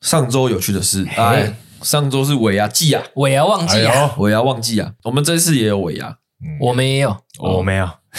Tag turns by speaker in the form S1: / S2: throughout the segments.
S1: 上周有趣的事，
S2: 嘿
S1: 哎，上周是尾牙季啊，
S2: 尾牙忘记
S3: 哎呦
S2: 啊，，
S1: 尾牙忘记啊，我们这次也有尾牙，
S2: 我们也有，
S3: 我没有，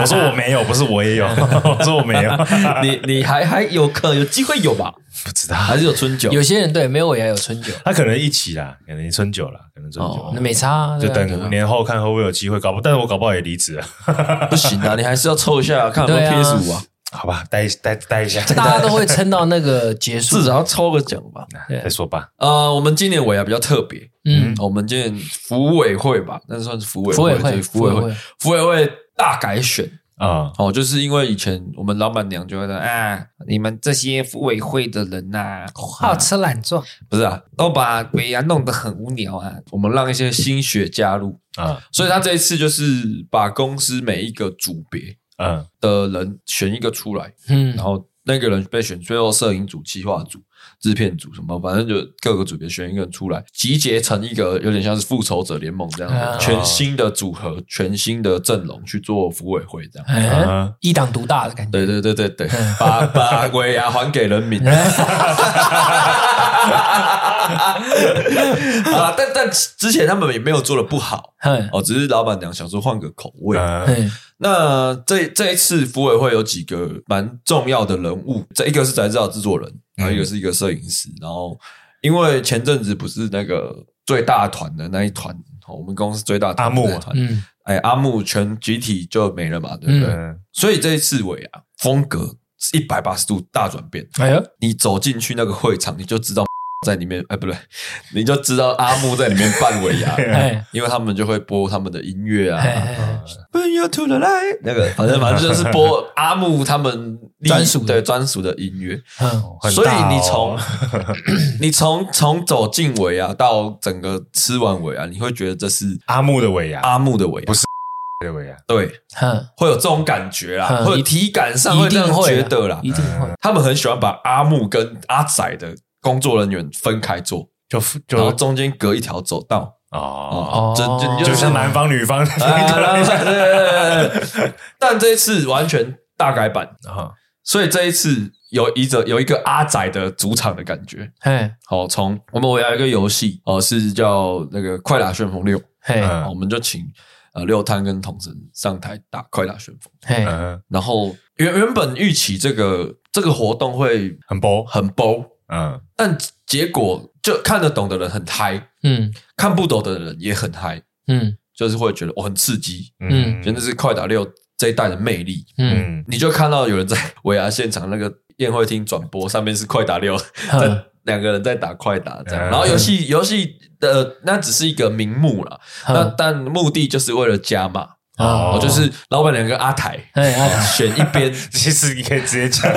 S3: 我说我没有，不是我也有， 我说我没有，
S1: 你你还还有可有机会有吧？
S3: 不知道，
S1: 还是有春酒？
S2: 有些人对没有尾牙有春酒，
S3: 他可能一起啦，可能春酒啦，可能春
S1: 哦
S3: 酒
S2: 那。没差啊，
S3: 就
S2: 对啊对
S3: 等
S2: 啊
S3: 年后看会不会有机会，搞不，但是我搞不好也离职了，
S1: 不行啊，你还是要凑一下，看有没有
S2: 对啊
S1: PS 五啊，
S3: 好吧，待待待一下，
S2: 大家都会撑到那个结束
S1: 至。少要抽个奖吧。
S3: 再说吧。
S1: 呃，我们今年尾牙比较特别，
S2: 嗯，
S1: 我们今年福委会吧，那算是福委
S2: 服
S1: 会，
S2: 委会
S1: 对福委
S2: 福委
S1: 会
S2: 会，
S1: 福委会大改选。
S3: 啊，
S1: 哦，就是因为以前我们老板娘就会说啊，你们这些服委会的人啊呐、
S2: 嗯好吃懒做，
S1: 不是啊，都把尾牙弄得很无聊啊。我们让一些新血加入，
S3: 啊，
S1: 所以他这一次就是把公司每一个组别
S3: 嗯
S1: 的人选一个出来，
S2: 嗯
S1: 然，后那个人被选最后摄影组、企划组、制片组什么，反正就各个组别选一个人出来，集结成一个有点像是复仇者联盟这样的
S2: 啊
S1: 全新的组合、全新的阵容去做服委会这样。
S2: 哎
S3: 嗯，
S2: 一党独大的感觉。
S1: 对对对对对，把把尾牙还给人民。 啊，但但之前他们也没有做的不好
S2: 嗯
S1: 哦，只是老板娘想说换个口味。
S3: 嗯
S2: 嗯
S1: 那这这一次服委会有几个蛮重要的人物，这一个是翟指导制作人，然后
S3: 嗯
S1: 一个是一个摄影师，然后因为前阵子不是那个最大团的那一团，哦我们公司最大团的那一团，
S2: 嗯
S1: 哎，阿木全集体就没了嘛，对不对？
S3: 嗯，
S1: 所以这一次尾啊，风格一百八十度大转变。
S2: 哎呦，
S1: 你走进去那个会场，你就知道 在里面，哎，不对，你就知道阿木在里面办尾 牙，
S2: 哎
S1: 因为他们就会播他们的音乐
S2: 哎
S1: 啊。
S3: 嗯
S2: 哎，
S1: Bring you to the light，那个反正反正就是播阿木他们历
S2: 专属的
S1: 对专属的音乐，
S2: 嗯
S3: 很
S1: 所以
S3: 大
S1: 你从
S3: 哦
S1: 你从从走进尾牙到整个吃完尾牙，你会觉得这是
S3: 阿木的尾牙，
S1: 阿木的尾牙，
S3: 不是的尾牙，
S1: 对，
S2: 嗯，
S1: 会有这种感觉啦，
S2: 嗯
S1: 会有体感上
S2: 一
S1: 会这
S2: 定
S1: 样
S2: 会
S1: 觉
S2: 啊
S1: 得啦，
S2: 一定会。
S1: 他们很喜欢把阿木跟阿仔的工作人员分开坐，
S3: 就
S1: 然后
S3: 就
S1: 中间隔一条走道
S3: 哦，
S1: 哦，这这
S3: 就
S1: 就是
S3: 像南方女 方
S1: 啊
S3: 嗯
S1: 然后对对对对对但这一次完全大改版，
S3: 啊，
S1: 所以这一次有一个有一个阿仔的主场的感觉。
S2: 嘿
S1: 好，从我们玩一个游戏，哦、是叫那个快打旋风六，
S2: 嘿
S3: 嗯
S1: 哦我们就请呃六探跟童神上台打快打旋风，
S2: 嘿，
S3: 嗯，
S1: 然后原原本预期这个这个活动会
S3: 很包，
S1: 很包，
S3: 嗯
S1: 但结果就看得懂的人很嗨，
S2: 嗯
S1: 看不懂的人也很嗨，
S2: 嗯
S1: 就是会觉得我、哦很刺激，
S2: 嗯
S1: 真的是快打六这一代的魅力。
S2: 嗯，
S3: 嗯
S1: 你就看到有人在 尾牙现场那个宴会厅转播，上面是快打六，
S2: 嗯
S1: 在 两个人在打快打这样。
S3: 嗯
S1: 然后游戏游戏的那只是一个名目啦，
S2: 嗯
S1: 那但目的就是为了加码，哦，
S3: 哦
S1: 就是老板娘跟阿台
S2: 哎哎，
S1: 选一边，
S3: 其实你可以直接讲，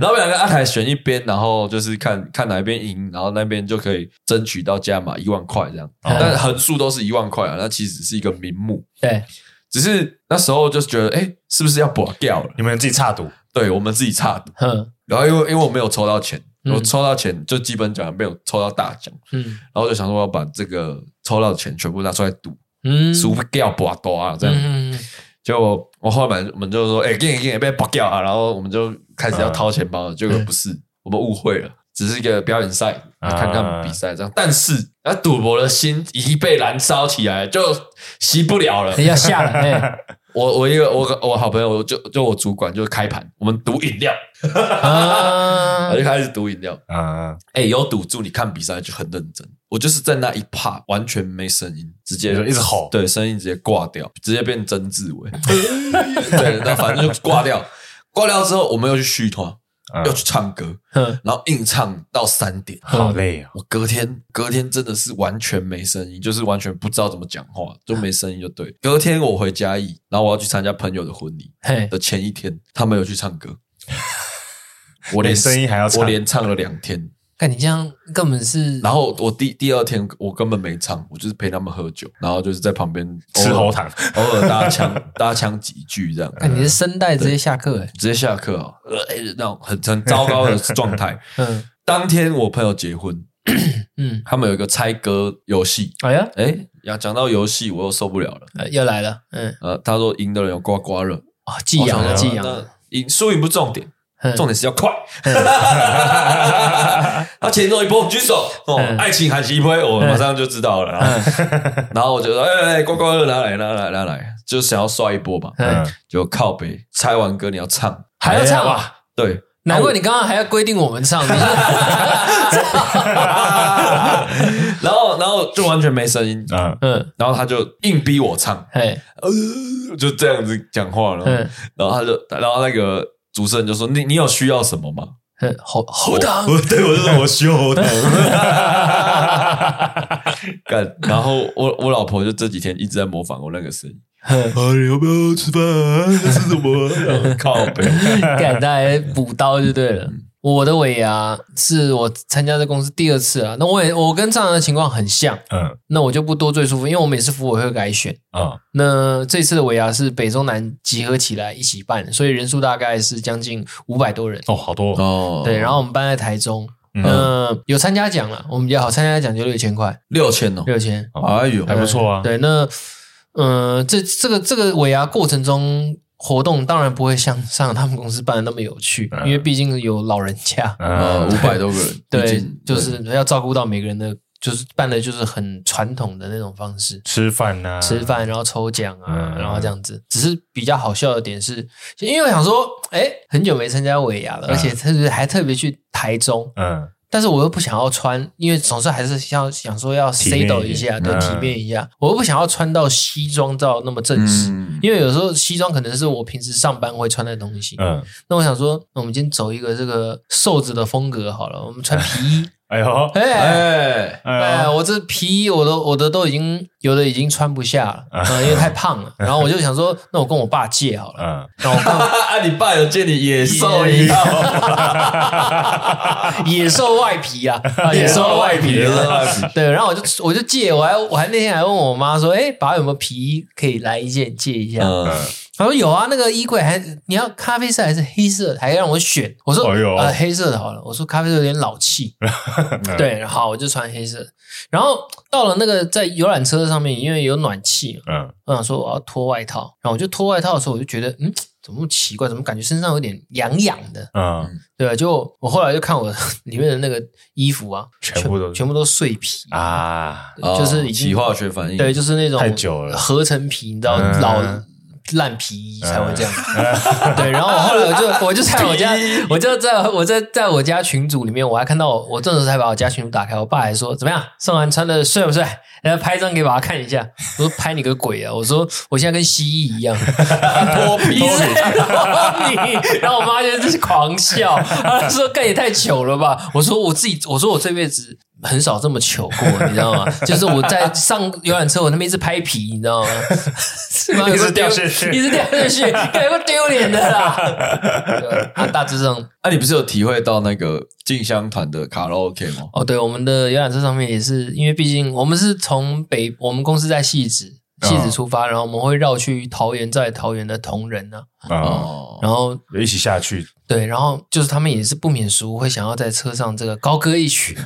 S1: 老板娘跟阿台选一边，然后就是看看哪一边赢，然后那边就可以争取到加码一万块这样，
S2: 嗯
S1: 但横竖都是一万块啊，那其实只是一个名目，
S2: 对，
S1: 只是那时候就是觉得，哎、是不是要bỏ掉了？
S3: 你们自己插赌，
S1: 对我们自己差的，
S2: 嗯
S1: 然后因为因为我没有抽到钱，
S2: 嗯
S1: 我抽到钱就基本奖没有抽到大奖，
S2: 嗯
S1: 然后就想说要把这个抽到的钱全部拿出来赌，
S2: 嗯，
S1: 输不掉不多啊这样。
S2: 嗯，嗯
S1: 结果我后来我们就说，哎、欸，给你给你被爆掉啊！然后我们就开始要掏钱包了，
S2: 嗯
S1: 结果不是，我们误会了，只是一个表演赛，
S3: 啊
S1: 看看比赛这样。但是那赌博的心已经被燃烧起来，就熄不了了
S2: 嗯。要下了，哎
S1: 我我一个我我好朋友就就我主管就开盘，我们赌饮料，
S2: 啊
S1: 他就开始赌饮料。
S3: 嗯
S1: 哎、有赌注，你看比赛就很认真。我就是在那一趴完全没声音，直接
S3: 就一直吼
S1: 对，声音直接挂掉，直接变曾志伟， 对，那反正就挂掉。挂掉之后，我们又去续团，又
S3: 嗯，
S1: 去唱歌，
S2: 嗯
S1: 然后硬唱到三点。
S3: 好累哦，
S1: 我隔天隔天真的是完全没声音，就是完全不知道怎么讲话，就没声音就对。隔天我回嘉义，然后我要去参加朋友的婚礼
S2: 嘿，
S1: 的前一天，他们有去唱 歌，我连
S3: 连声音还要
S1: 我
S3: 唱，
S1: 连唱了两天。
S2: 看你这样根本是
S1: 然后我第第二天我根本没唱，我就是陪他们喝酒，然后就是在旁边偶尔
S3: 吃喉，糖， 嗯
S1: 偶尔搭腔搭腔几句这样，
S2: 看你的声带直接下课哎，
S1: 直接哦 下课啊、呃，那种很很糟糕的状态。
S2: 嗯
S1: 当天我朋友结婚，
S2: 嗯，
S1: 他们有一个猜歌游戏。
S2: 哎呀，
S1: 哎，呀，讲到游戏，我又受不了了。
S2: 呃又来了，嗯，
S1: 呃，他说赢的人有刮刮乐，
S2: 哦，寄养
S1: 我想
S2: 了，寄
S1: 说
S2: 养了，
S1: 那赢输赢不是重点，
S2: 嗯
S1: 重点是要快。 他前奏一波举手，哦
S2: 嗯，
S1: 爱情喊西杯，我马上就知道了。然后， 然后我就说，哎哎，哎刮刮乐拿来，拿来，拿来，就想要刷一波嘛。
S2: 嗯
S3: 嗯
S1: 就靠北，猜完歌你要唱，
S2: 还要唱啊
S3: 哎哇？
S1: 对，
S2: 难怪你刚刚还要规定我们唱，你
S1: 然后然后就完全没声音，
S3: 嗯
S2: 嗯，
S1: 然后他就硬逼我唱，
S2: 嘿，
S1: 呃，就这样子讲话了。
S2: 嗯
S1: 然后他就，然后那个主持人就说：“你你有需要什么吗
S2: 嗯，喉喉？”糖，
S1: 我对我就说我需要喉糖。 干，然后我我老婆就这几天一直在模仿我那个声音。
S2: 嗯
S1: 啊，你要不要吃饭、啊？吃什么、啊？靠北。
S2: 敢再补刀就对了。我的尾牙是我参加这公司第二次了，那我也我跟上的情况很像，
S3: 嗯
S2: 那我就不多赘述，因为我们也是服委会改选。
S3: 嗯
S2: 那这次的尾牙是北中南集合起来一起办，所以人数大概是将近五百多人。
S3: 哦，好多哦
S1: 哦，
S2: 对，然后我们办在台中，
S3: 嗯
S2: 那有参加奖了，我们比较好，参加奖就六千块，
S1: 六千哦，
S2: 六千，
S1: 哎呦，
S3: 还不错啊。
S2: 对，那呃，这这个这个尾牙过程中活动当然不会像上他们公司办的那么有趣，因为毕竟有老人家，
S1: 呃，
S3: 嗯
S1: 五百多个人，毕
S2: 对
S1: 竟，
S2: 就是要照顾到每个人的，就是办的就是很传统的那种方式。
S3: 吃饭啊呐，
S2: 吃饭，然后抽奖啊，
S3: 嗯
S2: 然后这样子。只是比较好笑的点是，因为我想说，哎，很久没参加尾牙了，而且特别还特别去台中，
S3: 嗯
S2: 但是我又不想要穿，因为总是还是要想说要
S3: 体面
S2: say
S3: 一
S2: do
S3: 点
S2: 一下，对，
S3: 嗯
S2: 体面一下。我又不想要穿到西装到那么正式，
S1: 嗯
S2: 因为有时候西装可能是我平时上班会穿的东西。
S3: 嗯，
S2: 那我想说，那我们今天走一个这个瘦子的风格好了，我们穿皮 衣。
S3: 哎呦，
S2: 哎
S1: 哎，
S3: 哎
S2: 哎，
S3: 呦，
S2: 我这皮衣我都我的都已经有的已经穿不下了，
S3: 啊
S2: 嗯，因为太胖 了。然后我就想说，那我跟我爸借好了。
S3: 嗯，
S2: 然后我跟我
S1: 啊，你爸有借你野兽一样，
S2: 野兽外皮啊， 啊野兽外皮，
S1: 野兽外皮
S2: 对，然后我就我就借，我还我还那天还问我妈说，哎，爸有没有皮衣可以来一件借一下？
S1: 嗯，
S2: 她说有啊，那个衣柜还你要咖啡色还是黑色的，还让我选。我说
S3: 哎呦
S2: 呃黑色的好了，我说咖啡色有点老气，
S3: 嗯，
S2: 对，好我就穿黑色。然后到了那个在游览车上面，因为有暖气嘛，
S3: 嗯
S2: 我想说我要脱外套，然后我就脱外套的时候，我就觉得嗯。怎么那么奇怪？怎么感觉身上有点痒痒的？
S3: 嗯，
S2: 对吧？就我后来就看我里面的那个衣服啊，
S3: 全部都是
S2: 全部都碎皮，
S3: 啊，
S1: 哦
S2: 就是已经
S1: 起化学反应，
S2: 对，就是那种
S3: 太久了
S2: 合成皮，你知道
S3: 嗯
S2: 老烂皮衣才会这样。 对，然后我后来我就我就在我 家
S1: 皮衣，
S2: 我就在我在在我家群组里面，我还看到我我这时候才把我家群组打开，我爸还说怎么样，宋涵穿的帅不帅？然后拍一张给爸爸看一下。我说拍你个鬼啊！我说我现在跟蜥蜴一样，
S1: 啊脱皮
S2: 你在说你，然后我妈就是狂 笑，她说：“干也太糗了吧！”我说：“我自己，我说我这辈子很少这么糗过，你知道吗？ 就是我在上游览车，我那边一直拍皮，你知 道吗？是吗？
S3: 一直掉下去
S2: 一直掉下去，干有个丢脸的啦！ 对啊，大致上，
S1: 啊，你不是有体会到那个进香团的卡拉 OK 吗？
S2: 哦，对，我们的游览车上面也是，因为毕竟我们是从北，我们公司在戏子。”
S3: 嗯
S2: 戏子出发，然后我们会绕去桃园，在桃园的同仁呢、
S3: 嗯，
S1: 哦，
S2: 然后
S3: 一起下去，
S2: 对，然后就是他们也是不免俗，会想要在车上这个高歌 一曲嘛，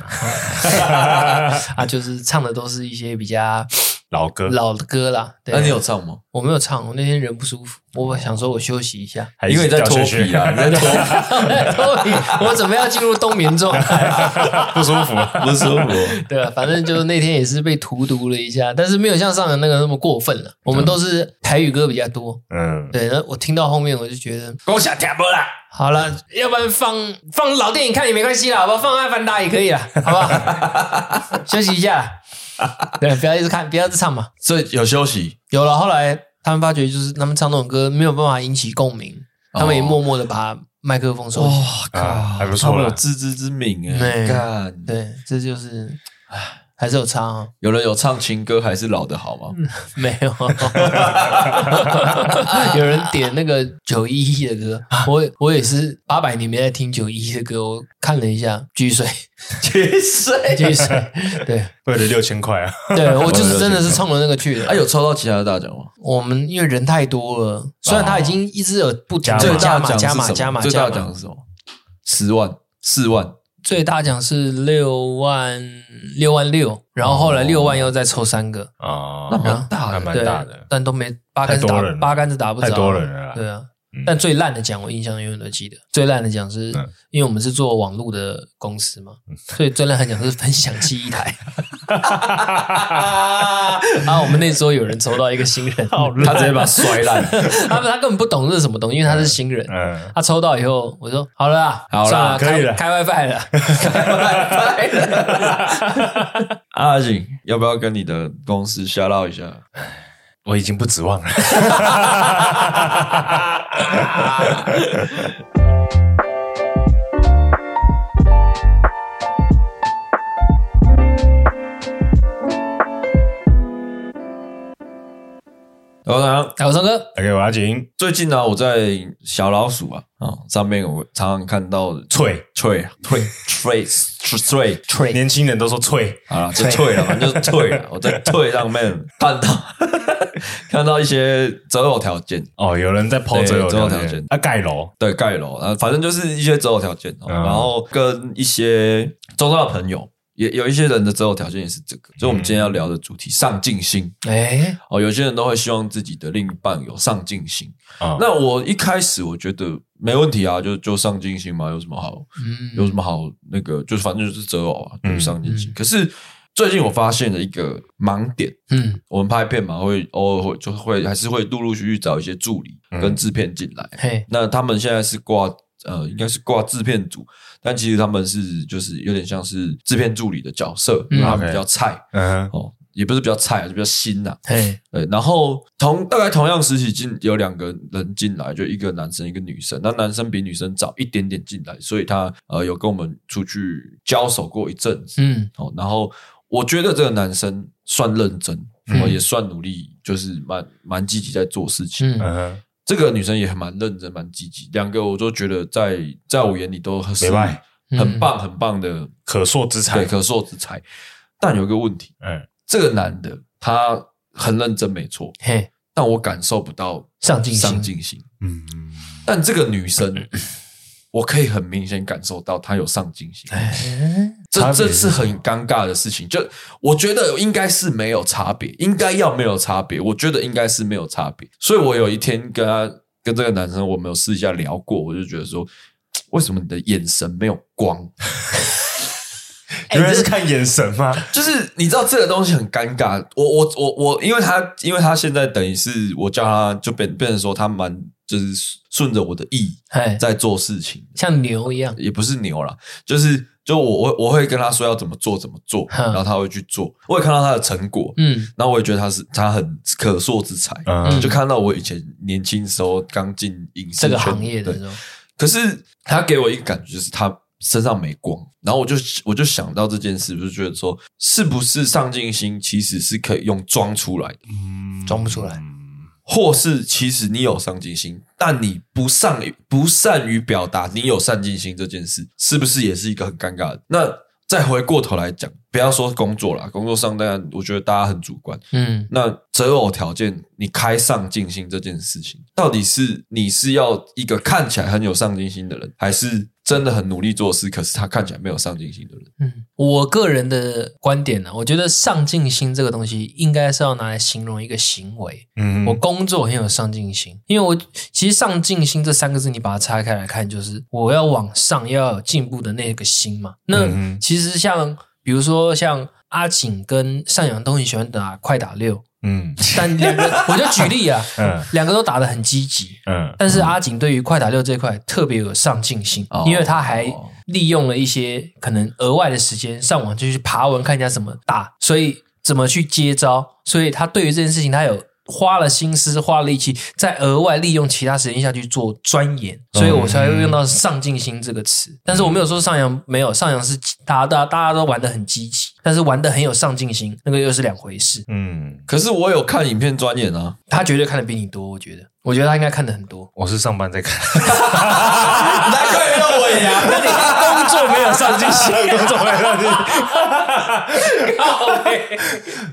S2: 啊，就是唱的都是一些比较
S3: 老哥。
S2: 老的歌啦。
S1: 嗯
S2: 对，
S1: 那你有唱吗？
S2: 我没有唱，我那天人不舒服，我想说我休息一下
S3: 还一
S1: 因为
S3: 起
S1: 你在
S3: 掉
S1: 脱
S3: 下去
S1: 皮啊，你在脱皮
S2: 我准备要进入冬眠状态。
S3: 不舒服，啊
S1: 不舒服。
S2: 对啊，反正就那天也是被荼毒了一下，但是没有像上的那个那么过分了。
S1: 嗯
S2: 我们都是台语歌比较多。
S3: 嗯，
S2: 对，那我听到后面我就觉得
S1: 恭喜听不啦，
S2: 好了，要不然放放老电影看也没关系啦，好不好？放《阿凡达》也可以啦，好不好？ 休息一下啦，对，不要一直看，不要一直唱嘛。
S1: 所以有休息，
S2: 有了，后来他们发觉，就是他们唱那种歌没有办法引起共鸣，他们也默默的把麦克风收
S1: 哇
S2: 起。
S1: 哦靠，
S3: 还不
S1: 他
S3: 错
S1: 们有
S3: 了，
S1: 自知之明哎，
S2: 对
S1: 干，
S2: 对，这就是，唉，还是有差啊、
S1: 有人有唱情歌还是老的好 吗？
S2: 没有，有人点那个九一一的歌，我我也是八百年没在听九一一的歌，我看了一下，继 续睡，
S1: 其实
S2: 继续睡，对。
S3: 为了六千块啊，
S2: 对我就是真的是冲着那个去的。
S1: 啊，有抽到其他的大奖吗？
S2: 我们因为人太多了，虽然他已经一直有不停
S3: 加
S2: 地
S3: 码
S1: 最
S2: 哦加
S1: 大
S2: 码
S1: 奖
S2: 加
S1: 是
S2: 码
S1: 什
S2: 加
S1: 么？
S2: 码
S1: 啊最
S2: 加
S1: 大
S2: 码
S1: 奖，是什么？十万、四万、
S2: 最大奖是六万六万六，然后后来六万又再抽三个，
S3: 啊，
S1: 那蛮大
S3: 还
S1: 的，
S3: 蛮大
S2: 对
S3: 的，
S2: 但都没八竿子
S3: 太
S2: 打
S3: 多人了
S2: 八竿子打不着，
S3: 太多人了啦
S2: 对啊
S3: 嗯。
S2: 但最烂的奖，我印象永远都记得。最烂的奖是
S3: 嗯，
S2: 因为我们是做网络的公司嘛，所以最烂的奖是分享器一 台。然后我们那桌有人抽到一个新 人，
S1: 他直接把它摔烂。
S2: 他们他根本不懂这是什么东西，因为他是新人。
S3: 嗯，
S2: 他抽到以后，我说好了啦，
S1: 好啦
S2: 算了
S3: 可以了
S2: 开开 WiFi 了，开 WiFi 了。
S1: 阿景，要不要跟你的公司 shout out 一下？
S3: 我已经不指望了。
S1: 然后呢，
S2: 哎来，我唱歌，
S3: OK，我要紧
S1: 最近呢、我在小老鼠啊啊、上面，我常常看到
S3: 脆，
S1: 脆脆脆脆脆，
S3: 年轻人都说脆，
S1: 好啊了，就退了，反正就是退 了。我在退上面看到 看到一些择偶条件，
S3: 哦，有人在抛
S1: 对
S3: 择偶
S1: 择偶
S3: 条
S1: 条
S3: 件
S1: 件，
S3: 啊，盖楼，
S1: 对盖楼啊，反正就是一些择偶条件、哦
S3: 嗯
S2: 啊
S1: 然后跟一些周遭的朋友，也有一些人的择偶条件也是这个，所以我们今天要聊的主题上进心
S2: 哎，
S1: 哦，有些人都会希望自己的另一半有上进心。
S3: 啊
S1: 那我一开始我觉得没问题啊，就就上进心嘛，有什么好有
S2: 嗯，
S1: 什么好那个，就是反正就是择偶啊，就是上进心。
S2: 嗯嗯
S1: 可是最近我发现了一个盲点，
S2: 嗯，
S1: 我们拍片嘛，会偶尔会就会还是会陆陆续续找一些助理
S3: 嗯
S1: 跟制片进来。
S2: 嘿，
S1: 那他们现在是挂呃，应该是挂制片组，但其实他们是就是有点像是制片助理的角色，
S2: 嗯
S1: 因为他们
S3: OK
S1: 比较菜
S3: 嗯哼，
S1: 哦，也不是比较菜，就比较新呐、
S2: 嘿，
S1: 对，然后同大概同样时期进有两个人进来，就一个男生一个女生。那男生比女生早一点点进来，所以他呃有跟我们出去交手过一阵子。
S2: 嗯
S1: 哦，然后我觉得这个男生算认真，
S2: 嗯
S1: 哦、也算努力，就是蛮蛮积极在做事情。
S2: 嗯
S3: 嗯哼，
S1: 这个女生也蛮认真，蛮积极。两个我都觉得在在我眼里都是
S3: 没办法
S2: 嗯
S1: 很棒很棒的
S3: 可塑之才
S1: 对，可塑之才。但有一个问题，
S3: 嗯，
S1: 这个男的他很认真，没错。
S2: 嘿，
S1: 但我感受不到
S2: 上进心
S1: 上进心。
S3: 嗯，
S1: 但这个女 生，我可以很明显感受到她有上进心，
S2: 哎
S1: 这
S3: 差别
S1: 这
S3: 是
S1: 是很尴尬的事情。就我觉得应该是没有差别，应该要没有差别，我觉得应该是没有差别。所以我有一天跟她跟这个男生，我们有私底下聊过，我就觉得说，为什么你的眼神没有光？
S3: 哎原来是看眼神吗？
S1: 就是你知道这个东西很尴尬，我我我我，因为他因为他现在等于是我叫他就变变成说他蛮就是顺着我的意
S2: 嘿，
S1: 在做事情，
S2: 像牛一样，
S1: 也不是牛啦，就是就我我我会跟他说要怎么做怎么做，
S2: 哼
S1: 然后他会去做，我也看到他的成果，
S2: 嗯
S1: 然后我也觉得他是他很可塑之才，
S3: 嗯
S1: 就看到我以前年轻时候刚进影视
S2: 这个
S1: 圈
S2: 行业的
S1: 对
S2: 时候，
S1: 可是他给我一个感觉，就是他身上没光，然后我就我就想到这件事，我就觉得说，是不是上进心其实是可以用装出来的，
S2: 装不出来
S3: 嗯
S1: 或是其实你有上进心，但你不善于不善于表达你有上进心这件事，是不是也是一个很尴尬的？那再回过头来讲，不要说工作啦，工作上当然我觉得大家很主观，
S2: 嗯
S1: 那择偶条件，你开上进心这件事情，到底是你是要一个看起来很有上进心的人，还是真的很努力做事，可是他看起来没有上进心的人？
S2: 嗯，我个人的观点呢，我觉得上进心这个东西应该是要拿来形容一个行为。
S3: 嗯
S2: 我工作很有上进心，因为我其实上进心这三个字，你把它拆开来看，就是我要往上，要有进步的那个心嘛。那
S3: 嗯哼
S2: 其实像比如说像阿景跟上扬都很喜欢打快打六，
S3: 嗯
S2: 但两个 我就举例啊，
S3: 嗯
S2: 两个都打得很积极，
S3: 嗯
S2: 但是阿景对于快打六这一块特别有上进心，
S1: 哦
S2: 因为他还利用了一些可能额外的时间上网就去爬文看人家怎么打，所以怎么去接招，所以他对于这件事情他有花了心思、花了力气，再额外利用其他时间下去做钻研，所以我才会用到上进心这个词。但是我没有说上扬没有，上扬是大家大家大家都玩的很积极，但是玩的很有上进心，那个又是两回事。
S3: 嗯，
S1: 可是我有看影片钻研啊，
S2: 他绝对看的比你多，我觉得，我觉得他应该看的很多。
S3: 我是上班在看，
S1: 难 怪让我赢。
S2: 工作没有上进心，
S3: 工作没上进，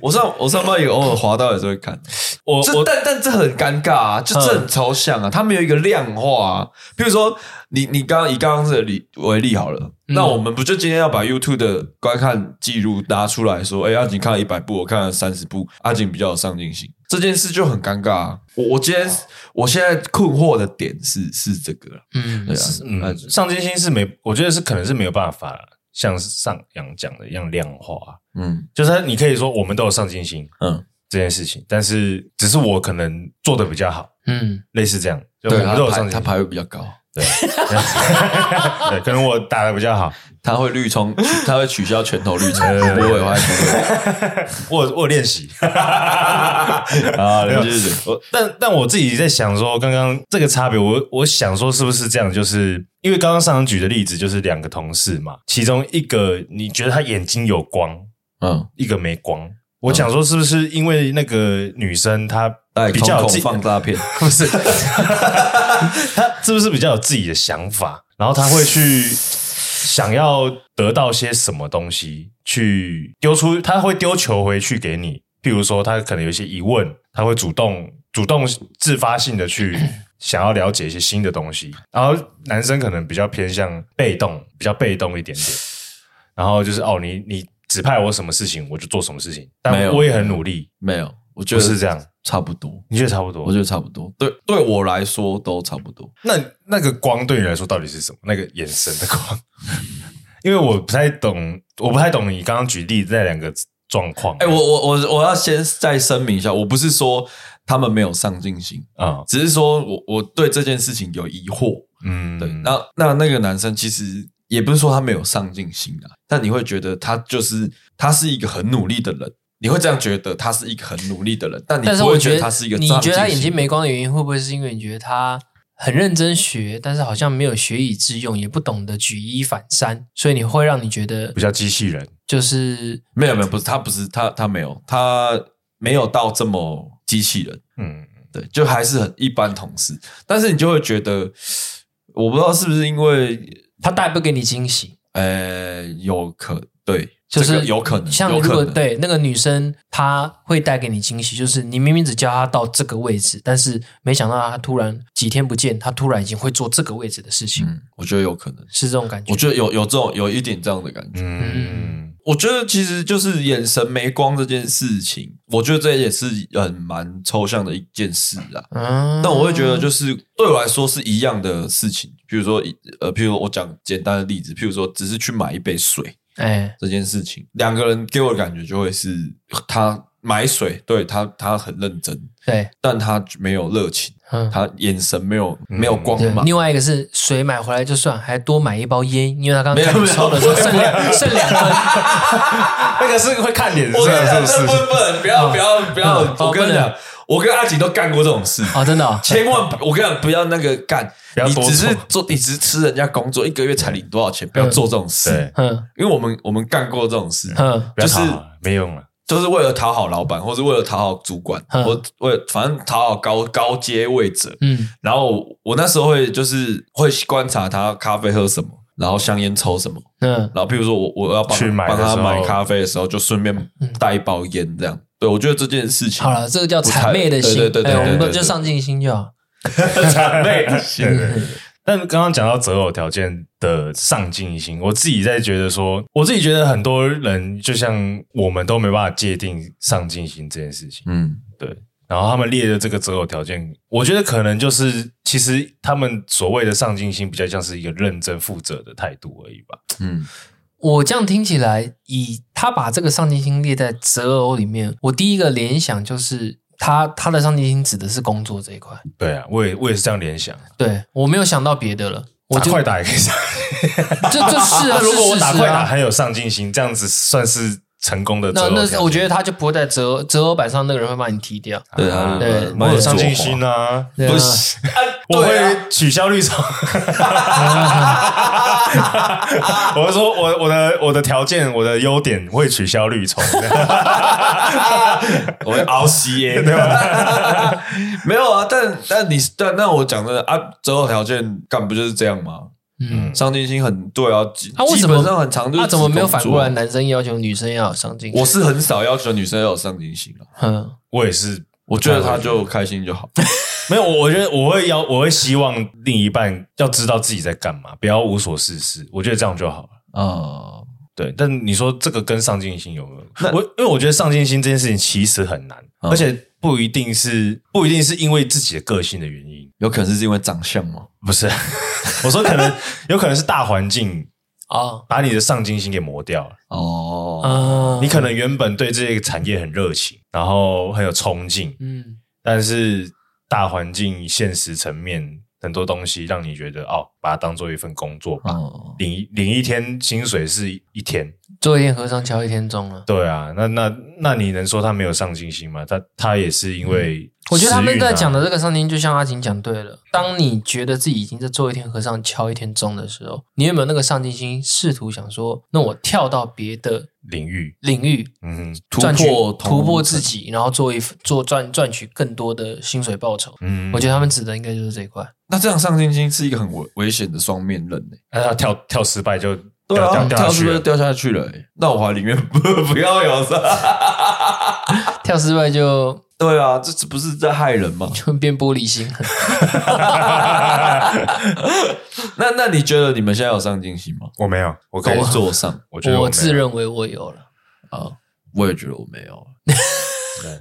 S1: 我上我上班也偶尔滑到也是会看，
S3: 我嗯
S1: 这但但这很尴尬啊，就这很抽象啊，他没有一个量化啊。比如说你你刚刚以刚刚这个例为例好了，
S3: 嗯
S1: 那我们不就今天要把 YouTube 的观看记录拿出来说，哎、阿锦看了一百部，我看了三十部，阿锦比较有上进心，这件事就很尴尬、啊。我我今天我现在困惑的点是是这个啦，
S2: 嗯
S1: 对啊，
S3: 嗯， 上进心是没，我觉得是可能是没有办法像上扬讲的一样量化，
S1: 嗯
S3: 就是它你可以说我们都有上进心
S1: 嗯，
S3: 这件事情，但是只是我可能做的比较好，
S2: 嗯，
S3: 类似这样，就我
S1: 对，
S3: 们都有
S1: 他
S3: 上
S1: 排
S3: 进
S1: 他
S3: 心，
S1: 排位比较高，
S3: 对，可能我打的比较好，
S1: 他会绿冲，取 他会取消拳头绿冲， 不会，我还取消
S3: 我有我有练习，
S1: 啊，
S3: 没有
S1: 就是
S3: 我但但我自己在想说，刚刚这个差别，我我想说是不是这样？就是因为刚刚上场举的例子就是两个同事嘛，其中一个你觉得他眼睛有光，
S1: 嗯，
S3: 一个没光。我想说是不是因为那个女生她
S1: 哎，
S3: 比较有
S1: 瞳孔
S3: 自己
S1: 放大片，
S3: 不是，她是不是比较有自己的想法，然后她会去想要得到些什么东西，去丢出，她会丢球回去给你。譬如说，她可能有一些疑问，她会主动、主动、自发性 的去想要了解一些新的东西。然后男生可能比较偏向被动，比较被动一点点。然后就是哦，你你指派我什么事情，我就做什么事情，
S1: 没
S3: 但
S1: 有
S3: 我也很努力，
S1: 没有，我觉
S3: 就
S1: 得
S3: 是这样。
S1: 差不多，
S3: 你觉得差不多？
S1: 我觉得差不多，对对我来说都差不多。
S3: 那那个光对你来说到底是什么？那个眼神的光， 因为我不太懂，我不太懂你刚刚举例那两个状况。
S1: 哎、我我我我要先再声明一下，我不是说他们没有上进心，
S3: 啊，
S1: 只是说我我对这件事情有疑惑。
S3: 嗯，
S1: 对，那那那个男生其实也不是说他没有上进心啊，但你会觉得他就是他是一个很努力的人，你会这样觉得他是一个很努力的人，但你
S2: 但是
S1: 不
S2: 我
S1: 会觉
S2: 觉得
S1: 得他是一个
S2: 你
S1: 上
S2: 觉
S1: 进
S2: 得他眼睛
S1: 心。
S2: 没光的原因，会不会是因为你觉得他很认真学，但是好像没有学以致用，也不懂得举一反三，所以你会让你觉得
S3: 比较机器人，
S2: 就是
S1: 没有没有，不是他不是他他没有他没有到这么机器人，
S3: 嗯，
S1: 对，就还是很一般同事，但是你就会觉得，我不知道是不是因为
S2: 他带不给你惊喜。
S1: 呃，有可对，
S2: 就是
S1: 这个有可能，
S2: 像
S1: 有
S2: 如
S1: 可
S2: 果
S1: 能，
S2: 对那个女生，她会带给你惊喜，就是你明明只教她到这个位置，但是没想到她突然几天不见，她突然已经会做这个位置的事情，
S1: 嗯，我觉得有可能，
S2: 是这种感觉。
S1: 我觉得有有这种有一点这样的感觉。
S3: 嗯，
S1: 我觉得其实就是眼神没光这件事情，我觉得这也是很蛮抽象的一件事啊。
S2: 嗯，
S1: 但我会觉得，就是对我来说是一样的事情。比如说，呃，譬如我讲简单的例子，譬如说，只是去买一杯水，
S2: 哎，
S1: 这件事情，两个人给我的感觉就会是他买水，对他他很认真，
S2: 对，
S1: 但他没有热情，
S2: 嗯，
S1: 他眼神没有、
S3: 嗯
S1: 没有光
S2: 对，
S1: 芒。
S2: 另外一个是水买回来就算，还多买一包烟，因为他刚
S1: 没
S2: 刚
S1: 有
S2: 看你抽的时候
S1: 没有
S2: 剩两剩两根，
S3: 那个是会看脸色，
S1: 我跟你讲，
S3: 是
S1: 这不
S3: 不是？
S1: 能不要不要不要！
S2: 嗯
S1: 我跟你讲，我跟阿锦都干过这种事，
S2: 哦，真的哦，
S1: 千万不我跟你讲不要那个干，
S3: 不要
S1: 你
S3: 多
S1: 只是
S3: 做
S1: 做，你只是吃人家工作，一个月才领多少钱，不要做这种事
S3: 对。
S2: 嗯
S1: 因为我们我们干过这种事，
S2: 嗯
S3: 不
S1: 就
S3: 要
S1: 是
S3: 讨好了没用 了，
S1: 就是为了讨好老板，或是为了讨好主管，
S2: 嗯
S1: 或为了反正讨好高高阶位者，
S2: 嗯
S1: 然后我我那时候会就是会观察他咖啡喝什么，然后香烟抽什么，
S2: 嗯，
S1: 然后譬如说我我要帮
S3: 去买的
S1: 帮他
S3: 时候
S1: 买咖啡的时候，就顺便带一包烟这样。对，我觉得这件事情
S2: 好 了，这个叫谄媚的心
S1: 对对，对对
S2: 哎我
S1: 对
S2: 们
S1: 对对
S2: 就上进心就好。
S3: 谄媚的心
S2: 嗯
S3: 但刚刚讲到择偶条件的上进心，我自己在觉得说，我自己觉得很多人就像我们都没办法界定上进心这件事情。
S1: 嗯
S3: 对，然后他们列的这个择偶条件，我觉得可能就是其实他们所谓的上进心，比较像是一个认真负责的态度而已吧。
S1: 嗯
S2: 我这样听起来，以他把这个上进心列在择偶里面，我第一个联想就是他他的上进心指的是工作这一块，
S3: 对啊，我也我也是这样联想，
S2: 对我没有想到别的了。我
S3: 打
S2: 就
S3: 快打也可以上。
S2: 这这是啊，
S3: 如果我打
S2: 是
S3: 快
S2: 事实
S3: 打
S2: 啊，
S3: 很有上进心，这样子算是成功的择
S2: 那
S3: 偶条件。
S2: 那我觉得他就不会在择择偶板上，那个人会把你踢掉。
S1: 对啊
S2: 对
S3: 我
S1: 蛮
S3: 有
S1: 有
S3: 上进
S1: 作
S3: 心啊，
S2: 对啊
S1: 不是，啊
S3: 我
S1: 对啊
S3: 会取消绿茶。 我是说我我的我的条件我的优点会取消绿 虫，
S1: 我会熬吸烟，
S3: 对吧？
S1: 没有啊，但但你但那我讲的啊，择偶条件干不就是这样吗？
S2: 嗯，
S1: 上进心很对啊，基
S2: 他为
S1: 基
S2: 什
S1: 本
S2: 么
S1: 上很
S3: 啊
S1: 常就是
S2: 他怎么没有
S1: 只工
S2: 反
S1: 作
S2: 过来？？男生要求女生要有上进心？
S1: 我是很少要求女生要有上进心啊，
S2: 嗯，
S3: 我也是
S1: 我觉得他就开心就
S2: 啊
S1: 好。
S3: 没有，我我觉得我会要，我会希望另一半要知道自己在干嘛，不要无所事事。我觉得这样就好了。
S1: 啊、
S3: 对，但你说这个跟上进心有没有？我因为我觉得上进心这件事情其实很难，
S1: 嗯
S3: 而且不一定是不一定是因为自己的个性的原因，
S1: 有可能是因为长相吗？
S3: 不是。 我说可能有可能是大环境
S2: 啊
S3: 把你的上进心给磨掉了。
S1: 哦，
S2: 啊，
S3: 你可能原本对这个产业很热情，然后很有冲劲，
S2: 嗯
S3: 但是大环境、现实层面很多东西让你觉得哦，把它当做一份工作
S2: 嗯
S3: 吧，
S1: 哦，
S3: 领一领一天薪水是一天。
S2: 做一天和尚敲一天钟啊。
S3: 对啊，那那那你能说他没有上进心吗？他他也是因为、
S2: 嗯
S3: 啊
S2: 我觉得他们在讲，的这个上进，就像阿晴讲对了。当你觉得自己已经在做一天和尚敲一天钟的时候，你有没有那个上进心，试图想说，那我跳到别的
S3: 领域，
S2: 领域
S3: 嗯哼
S1: 突
S2: 赚取
S1: 破
S2: 突破自，己，然后做一做赚赚取更多的薪水报酬？
S3: 嗯，
S2: 我觉得他们指的应该就是这一块。
S1: 那这样上进心是一个很危危险的双面刃诶、
S3: 那他啊跳跳失败就
S1: 对
S3: 掉
S1: 啊，
S3: 掉掉下
S1: 跳是
S3: 去
S1: 不是
S3: 了。
S1: 掉下去了、欸？那我还宁愿不 不要有上。
S2: 跳失败就
S1: 对啊，这这不是在害人吗？
S2: 就变玻璃心。
S1: 那那你觉得你们现在有上进心吗？
S3: 我没有，我可以
S1: 工
S3: 做，
S1: 作上，
S3: 我觉得
S2: 我
S3: 没有
S2: 自认为我有了，
S1: 啊，我也觉得我没有。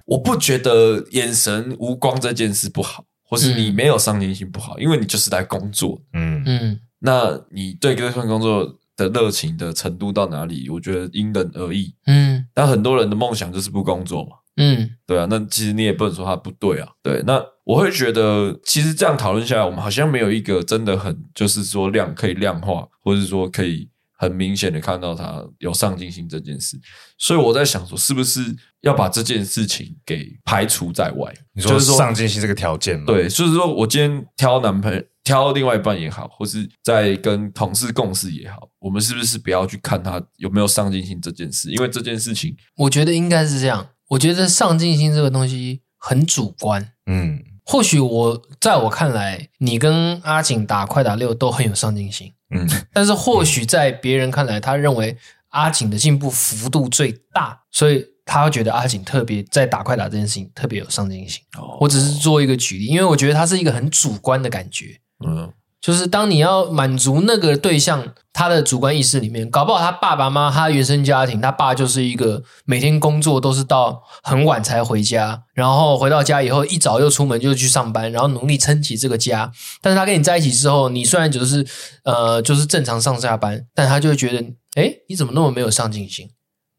S1: 我不觉得眼神无光这件事不好，或是你没有上进心不好，因为你就是来工作。
S3: 嗯
S2: 嗯
S1: 那你对这份工作的热情的程度到哪里？我觉得因人而异。
S2: 嗯
S1: 但很多人的梦想就是不工作嘛，
S2: 嗯
S1: 对啊。那其实你也不能说他不对啊。对，那我会觉得，其实这样讨论下来，我们好像没有一个真的很就是说量可以量化，或者是说可以很明显的看到他有上进心这件事。所以我在想说，是不是要把这件事情给排除在外？
S3: 你
S1: 就
S3: 说
S1: 是说
S3: 上进心这个条件吗？，
S1: 对，就是说我今天挑男朋友、挑另外一半也好，或是在跟同事共事也好，我们是不是不要去看他有没有上进心这件事？因为这件事情，
S2: 我觉得应该是这样。我觉得上进心这个东西很主观。
S3: 嗯
S2: 或许我在我看来，你跟阿景打快打六都很有上进心，
S3: 嗯，
S2: 但是或许在别人看来，他认为阿景的进步幅度最大，所以他会觉得阿景特别在打快打这件事情特别有上进心。我只是做一个举例，因为我觉得它是一个很主观的感觉。
S1: 嗯，
S2: 就是当你要满足那个对象他的主观意识里面，搞不好他爸爸妈妈、他原生家庭，他爸就是一个每天工作都是到很晚才回家，然后回到家以后一早又出门就去上班，然后努力撑起这个家。但是他跟你在一起之后，你虽然就是呃就是正常上下班，但他就会觉得，诶，你怎么那么没有上进心？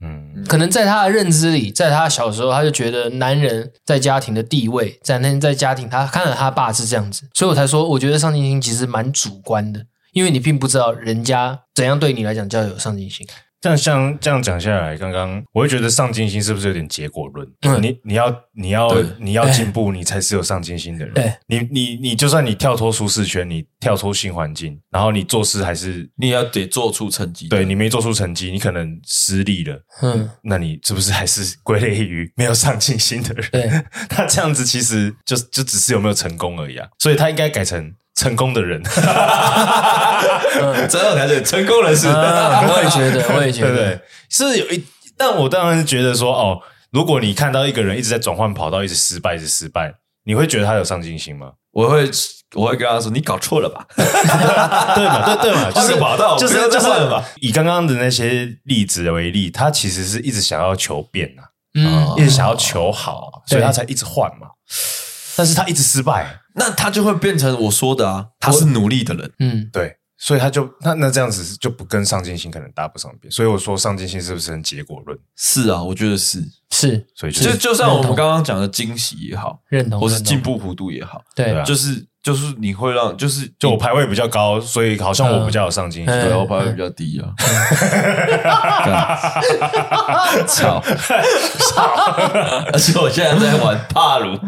S3: 嗯
S2: 可能在他的认知里，在他小时候，他就觉得男人在家庭的地位，在那在家庭，他看了他爸是这样子，所以我才说，我觉得上进心其实蛮主观的， 因为你并不知道人家怎样对你来讲叫有上进心。
S3: 这样像这样讲下来，刚刚我会觉得上进心是不是有点结果论？
S2: 嗯
S3: 你你要你要
S1: 对
S3: 你要进步，你才是有上进心的人。
S2: 对
S3: 你你你就算你跳脱舒适圈，你跳脱新环境，然后你做事还是
S1: 你也要得做出成绩。
S3: 对你没做出成绩，你可能失利了，
S2: 嗯，
S3: 那你是不是还是归类于没有上进心的人？
S2: 对，
S3: 那这样子其实就就只是有没有成功而已啊，所以他应该改成成功的人。
S1: 真的了解成功人士
S2: 啊嗯我也 觉得，我也觉
S3: 对不
S2: 得，
S3: 对？是有一，但我当然是觉得说，哦，如果你看到一个人一直在转换跑道，一直失败，一直失败，你会觉得他有上进心 吗？
S1: 我会我会跟他说你搞错了吧？
S3: 对嘛？对对嘛？就
S1: 换
S3: 是
S1: 个跑道
S3: 就是
S1: 不要再
S3: 就是
S1: 换了吧
S3: 以刚刚的那些例子为例，他其实是一直想要求变啊，
S2: 嗯
S1: 哦，
S3: 一直想要求好啊，所
S2: 对
S3: 以他才一直换嘛。但是他一直失败，
S1: 那他就会变成我说的啊，他是努力的人。
S2: 嗯，
S3: 对，所以他就那那这样子就不跟上进心可能搭不上边。所以我说上进心是不是很结果论？
S1: 是啊，我觉得是。
S2: 是
S3: 所以就
S1: 就是就像我们刚刚讲的惊喜也好，
S2: 认同，
S1: 或是进
S2: 步，
S1: 步幅度也好，
S2: 对
S3: 对啊
S1: 就是就是你会让就是
S3: 就我排位比较高，所以好像我比较有上进心。
S2: 嗯
S1: 对，我排位比较低 啊。干 操操！而且我现在在玩帕 鲁，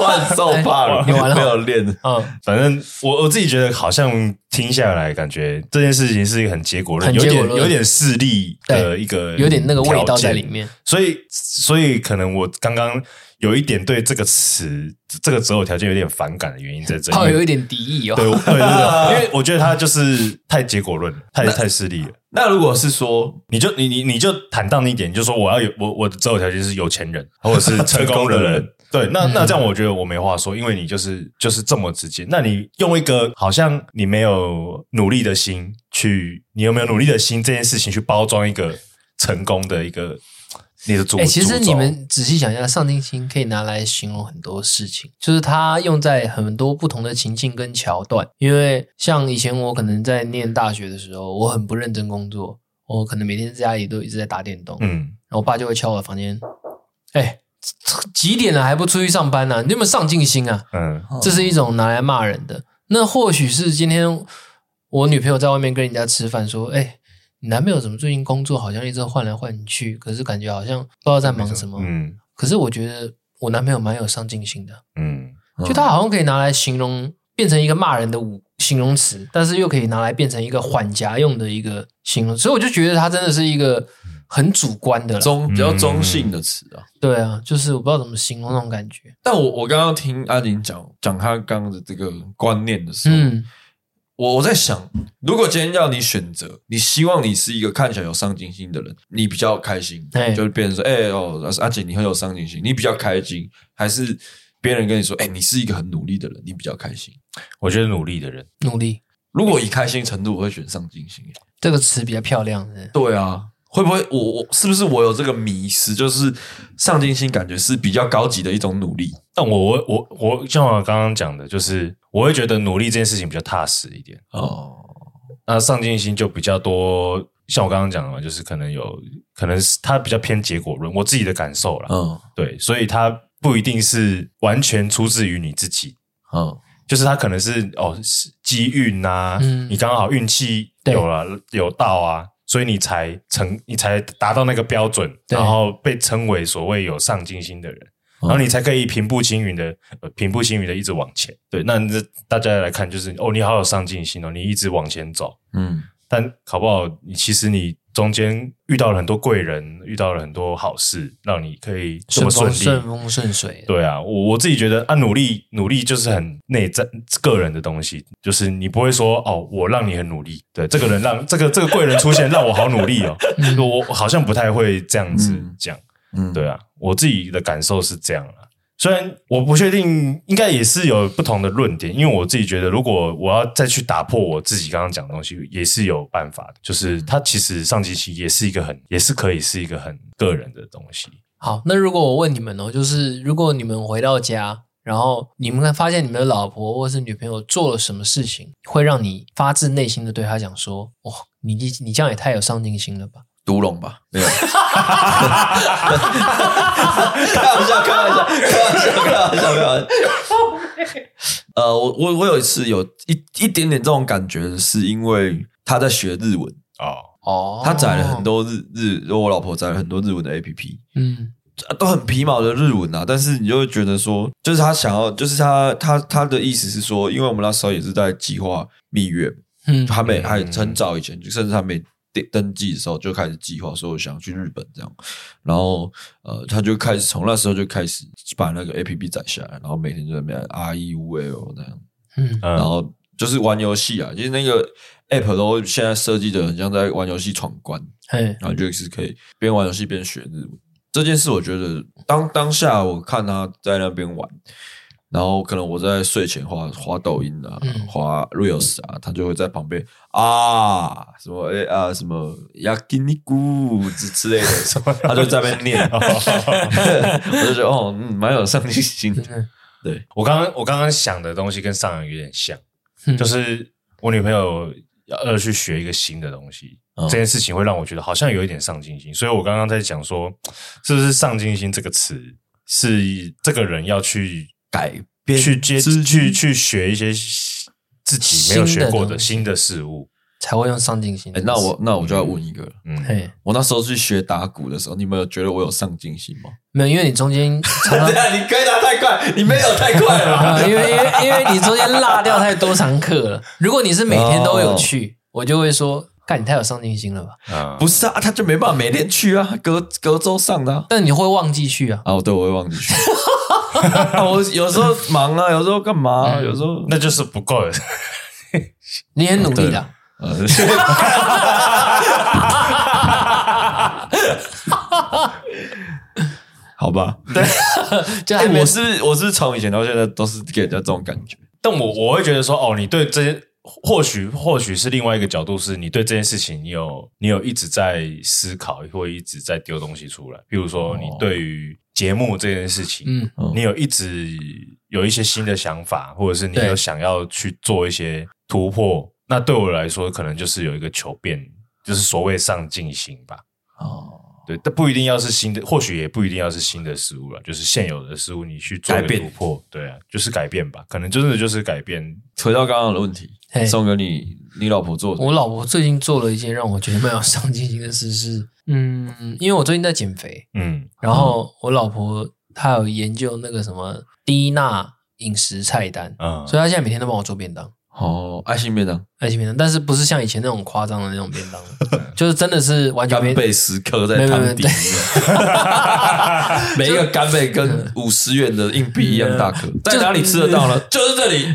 S1: 万寿帕鲁，
S2: 哎你玩了吗
S1: 没有练？
S2: 嗯，
S3: 反正我我自己觉得，好像听下来，感觉这件事情是一个很结果论，
S2: 很
S3: 有
S2: 结果
S3: 点
S2: 论
S3: 有点势利的
S2: 对
S3: 一个，
S2: 有点那个味道在里。面。
S3: 所以，所以可能我刚刚有一点对这个词、这个择偶条件有点反感的原因在这里。
S2: 好，
S3: 因
S2: 有
S3: 为
S2: 一点敌意
S3: 对
S2: 哦。
S3: 我对对 对，因为我觉得他就是太结果论了，太太势利了。
S1: 那如果是说
S3: 你 就你你你就坦荡一点，你就说我要有我我的择偶条件是有钱人，或者是成功的人，嗯对，那那这样我觉得我没话说，因为你就是就是这么直接。那你用一个好像你没有努力的心去，你有没有努力的心这件事情去包装一个成功的一个你的主？
S2: 哎、其实
S3: 主轴
S2: 你们仔细想一下，上进心可以拿来形容很多事情，就是它用在很多不同的情境跟桥段。因为像以前我可能在念大学的时候，我很不认真工作，我可能每天在家里都一直在打电动，然
S3: 嗯，
S2: 后我爸就会敲我的房间，哎、几点了还不出去上班呢、你有没有上进心啊？
S3: 嗯
S2: 这是一种拿来骂人的。那或许是今天我女朋友在外面跟人家吃饭，说：“哎、你男朋友怎么最近工作好像一直换来换去，可是感觉好像不知道在忙什么。
S3: 嗯
S2: 可是我觉得我男朋友蛮有上进心的，
S3: 嗯
S2: 就他好像可以拿来形容，变成一个骂人的武形容词，但是又可以拿来变成一个缓夹用的一个形容，所以我就觉得他真的是一个很主观的啦。
S3: 嗯
S1: 中比较
S2: 嗯
S1: 中性的词啊。
S2: 对啊，就是我不知道怎么形容那种感觉。
S1: 但我我刚刚听阿玲讲讲她刚刚的这个观念的时候，
S2: 嗯
S1: 我我在想，如果今天要你选择，你希望你是一个看起来有上进心的人，你比较开心，
S2: 哎
S1: 就是别人说，哎、哦，阿阿姐你很有上进心，你比较开心，还是别人跟你说，哎、你是一个很努力的人，你比较开心？
S3: 我觉得努力的人，
S2: 努力
S1: 如果以开心程度，我会选上进心。
S2: 这个词比较漂亮。嗯是
S1: 对啊，会不会我我是不是我有这个迷失？就是上进心感觉是比较高级的一种努力，
S3: 但我我我我像我刚刚讲的，就是我会觉得努力这件事情比较踏实一点。
S1: 哦，
S3: 那上进心就比较多，像我刚刚讲的嘛，就是可能有可能是它比较偏结果论，我自己的感受啦。
S1: 嗯
S3: 对，所以它不一定是完全出自于你自己，
S1: 嗯
S3: 就是它可能是哦是机运啊，
S2: 嗯
S3: 你刚好运气
S2: 对
S3: 有了有到啊，所以你才成你才达到那个标准，
S2: 对哦
S3: 然后被称为所谓有上进心的人。然后你才可以平步青云的，呃，平步青云的一直往前。对，那这大家来看，就是哦，你好有上进心哦，你一直往前走。
S1: 嗯，
S3: 但搞不好你其实你中间遇到了很多贵人，遇到了很多好事，让你可以这么
S2: 顺风
S3: 顺利。
S2: 顺风顺水。
S3: 对啊，我我自己觉得啊，努力努力就是很内在个人的东西，就是你不会说哦，我让你很努力，对，这个人让这个这个贵人出现，让我好努力哦，我我好像不太会这样子
S1: 嗯
S3: 讲，
S1: 嗯
S3: 对啊，我自己的感受是这样啊。虽然我不确定，应该也是有不同的论点，因为我自己觉得，如果我要再去打破我自己刚刚讲的东西，也是有办法的。就是它其实上进心也是一个很，也是可以是一个很个人的东西。
S2: 好，那如果我问你们哦，就是如果你们回到家，然后你们发现你们的老婆或是女朋友做了什么事情，会让你发自内心的对她讲说：“哇、你你你这样也太有上进心了吧
S1: 独龙吧， 没有，开玩笑，开玩笑，开玩笑，开玩笑，开玩笑。呃，我我我有一次有一一点点这种感觉，是因为他在学日文，
S3: 哦，！”
S2: 哦，
S1: 他载了很，多日日，我老婆载了很多日文的 A P P，
S2: 嗯
S1: 啊，都很皮毛的日文啊，但是你就会觉得说，就是他想要，就是他他他的意思是说，因为我们那时候也是在计划蜜月，
S2: 嗯，
S1: 还没
S3: 嗯
S1: 还很早以前，就甚至还没登登记的时候就开始计划说我想去日本这样，然后呃，他就开始从那时候就开始把那个 A P P 载下来，然后每天就在那边 R E U L 那样，
S2: 嗯
S3: 嗯
S1: 然后就是玩游戏啊，其实那个 App 都现在设计的很像在玩游戏闯关，
S2: 嘿，
S1: 然后就是可以边玩游戏边学日文。这件事我觉得当当下我看他在那边玩，然后可能我在睡前滑滑抖音啊
S2: 嗯，
S1: 滑 reels 啊，他就会在旁边啊什么哎啊什么 yakiniku 之之 类的，他就在那边念，我就觉得哦，嗯，蛮有上进心的
S2: 真。
S3: 嗯
S2: 的，
S1: 对，
S3: 我刚刚我刚刚想的东西跟上游有点像，
S2: 嗯
S3: 就是我女朋友要要去学一个新的东西，
S1: 嗯
S3: 这件事情会让我觉得好像有一点上进心，所以我刚刚在讲说，是不是上进心这个词是这个人要去
S1: 改变
S3: 去接
S1: 自己
S3: 去去学一些自己没有学过的
S2: 新
S3: 新的事物？
S2: 才会用上进心
S1: 哎
S2: 这，个
S1: 那
S2: 词。
S1: 我那我就要问一个了，
S3: 嗯，
S2: 嘿
S1: 我那时候去学打鼓的时候，你们有觉得我有上进心吗？
S2: 没有，因为你中间常
S1: 等一
S2: 常
S1: 下，你回答太快，你没有太快了吧。
S2: 啊，因为因为因为你中间落掉太多堂课了。如果你是每天都
S1: 哦
S2: 有去，我就会说：“干，你太有上进心了吧
S3: 啊
S1: 不是啊，他就没办法每天去啊，隔隔周上的啊！”。
S2: 但你会忘记去啊。
S1: 哦，对，我会忘记 去。啊我有时候忙啊，有时候干嘛啊、有时候
S3: 那就是不够的。
S2: 你很努力的，
S1: 呃，好吧？
S2: 就还
S1: 哎，
S2: 没
S1: 我是我是从以前到现在都是给人家这种感觉，
S3: 但我我会觉得说，哦，你对这件或许或许是另外一个角度，是你对这件事情你有你有一直在思考，或一直在丢东西出来。比如说，你对于节目这件事情，
S2: 哦嗯
S1: 嗯
S3: 你有一直有一些新的想法，或者是你
S2: 对
S3: 有想要去做一些突破。那对我来说，可能就是有一个求变，就是所谓上进心吧。
S1: 哦，
S3: 对，但不一定要是新的，或许也不一定要是新的事物了，就是现有的事物你去做
S1: 改
S3: 个
S1: 变
S3: 突破，对啊，就是改变吧，可能真的就是改变，
S1: 回到刚刚的问题
S2: 嘿，
S1: 送给你你老婆做的
S2: 我老婆最近做了一件让我觉得蛮有上进心的事，是嗯，因为我最近在减肥，
S3: 嗯
S2: 然
S1: 哦
S2: 后我老婆她有研究那个什么低钠饮食菜单，
S3: 嗯，
S2: 所以她现在每天都帮我做便当，
S1: 哦，爱心便当，
S2: 爱心便当，但是不是像以前那种夸张的那种便 当，就是真的是完全
S1: 干
S2: 没
S1: 贝十颗
S2: 没
S1: 在
S2: 有
S1: 汤
S2: 没有
S1: 底里面， 每一个干贝跟五十元的硬币一样大颗，在哪里吃得到呢？就是这里，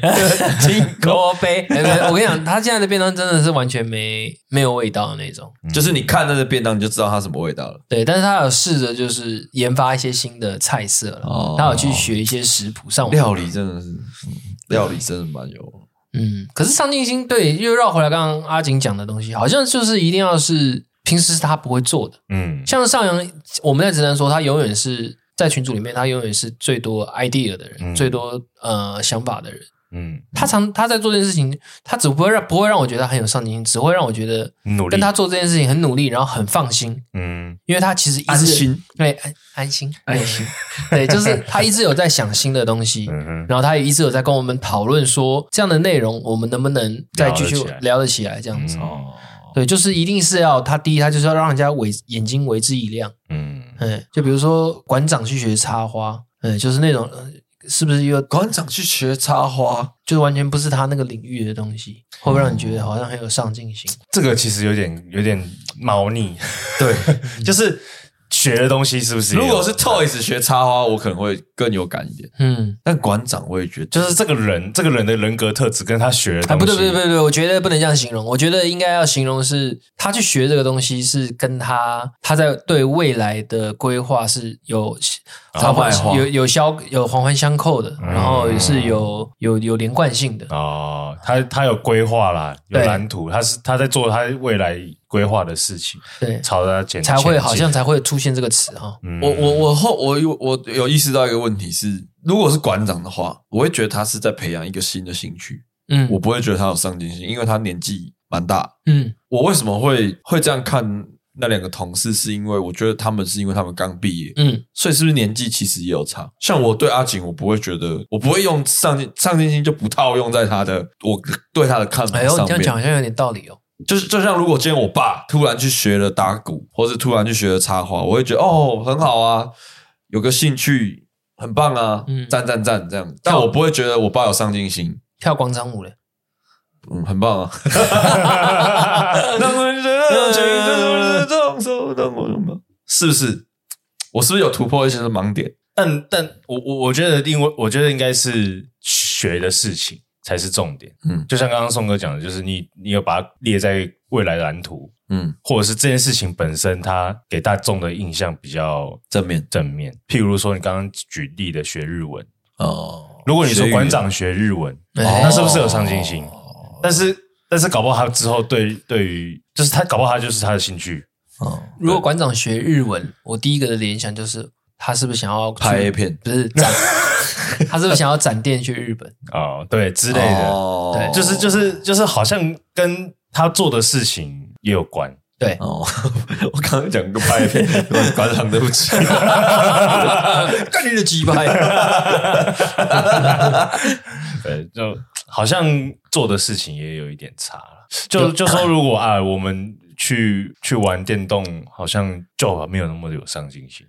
S1: 听口，
S2: 锅杯。哎没有没有我跟你讲，她现在的便当真的是完全没没有味道的那种。
S1: 就是你看那个便当你就知道它什么味道了。
S2: 对，但是她有试着就是研发一些新的菜色了
S1: 哦，
S2: 她有去学一些食谱上网
S1: 料理真的是，嗯料理真的蛮有，
S2: 嗯，可是上进心对，又绕回来刚刚阿景讲的东西，好像就是一定要是平时是他不会做的，
S3: 嗯
S2: 像上扬，我们在直男说他永远是在群组里面，他永远是最多 idea 的人，
S3: 嗯
S2: 最多呃想法的人。
S3: 嗯，
S2: 他常他在做这件事情，他只不会让不会让我觉得他很有上进心，只会让我觉得
S1: 嗯
S3: 努力，
S2: 跟他做这件事情很努力，然后很放心，
S3: 嗯
S2: 因为他其实一直
S1: 安心，
S2: 对哎安安心安心， 对，就是他一直有在想新的东西，
S3: 嗯哼，
S2: 然后他也一直有在跟我们讨论说，这样的内容我们能不能再继续
S3: 聊得起来
S2: 聊得起来？这样子，
S3: 嗯
S1: 哦，
S2: 对，就是一定是要他第一，他就是要让人家为眼睛为之一亮。
S3: 嗯
S2: 嗯，就比如说馆长去学插花，嗯，就是那种呃是不是又
S1: 馆长去学插花，
S2: 就是完全不是他那个领域的东西，会不会让你觉得好像很有上进心？
S3: 这个其实有点有点猫腻，
S1: 对，
S3: 就是学的东西是不是也 有？
S1: 如果是 Toys 学插花，我可能会更有感一点。
S2: 嗯，
S1: 但馆长我也觉得，就
S3: 就是是这个人这个人的人格特质跟他学的东西，
S2: 哎，不对不对不对不对，我觉得不能这样形容，我觉得应该要形容是他去学这个东西是跟他他在对未来的规划是有
S1: 插画画
S2: 有有消有环环相扣的，
S1: 嗯
S2: 然后也是有有有连贯性
S1: 啊
S2: 的。
S3: 哦，他他有规划啦，有
S2: 对
S3: 蓝图，他是他在做他未来规划的事情，
S2: 对
S3: 朝他前
S2: 才会
S3: 前进
S2: 好像才会出现这个词哈，
S3: 嗯
S1: 我我我后我有我有意识到一个问题是，如果是馆长的话，我会觉得他是在培养一个新的兴趣，
S2: 嗯，
S1: 我不会觉得他有上进心，因为他年纪蛮大。
S2: 嗯
S1: 我为什么会会这样看那两个同事，是因为我觉得他们是因为他们刚毕业，
S2: 嗯
S1: 所以是不是年纪其实也有差？像我对阿景，我不会觉得，我不会用上进上进心就不套用在他的我对他的看法
S2: 哎呦，你
S1: 上
S2: 这样
S1: 面。
S2: 讲好像有点道理哦。
S1: 就是就像如果今天我爸突然去学了打鼓，或是突然去学了插花，我会觉得哦很好啊，有个兴趣很棒啊
S2: 嗯，
S1: 赞赞赞这样。但我不会觉得我爸有上进心，
S2: 跳广场 舞嘞，
S1: 嗯，很棒啊。让我觉得这种手让我拥抱是不是？我是不是有突破一些的盲点？
S3: 但但我我我觉得，因为我觉得应该是学的事情才是重点。
S1: 嗯
S3: 就像刚刚宋哥讲的，就是你你有把它列在未来蓝图，
S1: 嗯，
S3: 或者是这件事情本身它给大众的印象比较
S1: 正面
S3: 正面。譬如说，你刚刚举例的学日文，
S1: 哦。
S3: 如果你说
S1: 学语言
S3: 馆长学日文，
S2: 哎
S3: 那是不是有上进心？但是但是搞不好他之后对对于就是他搞不好他就是他的兴趣，
S1: 哦，
S2: 如果馆长学日文，我第一个的联想就是他是不是想要去
S1: 拍 A 片
S2: 不是展， 他是不是想要展店去日本？
S3: 哦，对之
S1: 之
S3: 类的，
S2: 对
S1: 哦
S3: 就是就是就是好像跟他做的事情也有关。
S2: 对，
S1: 哦，我刚刚讲个拍片，馆长对不起，
S2: 干你的鸡巴！
S3: 对，就好像做的事情也有一点差了。就就说如果啊，我们去去玩电动，好像就没有那么有上进心。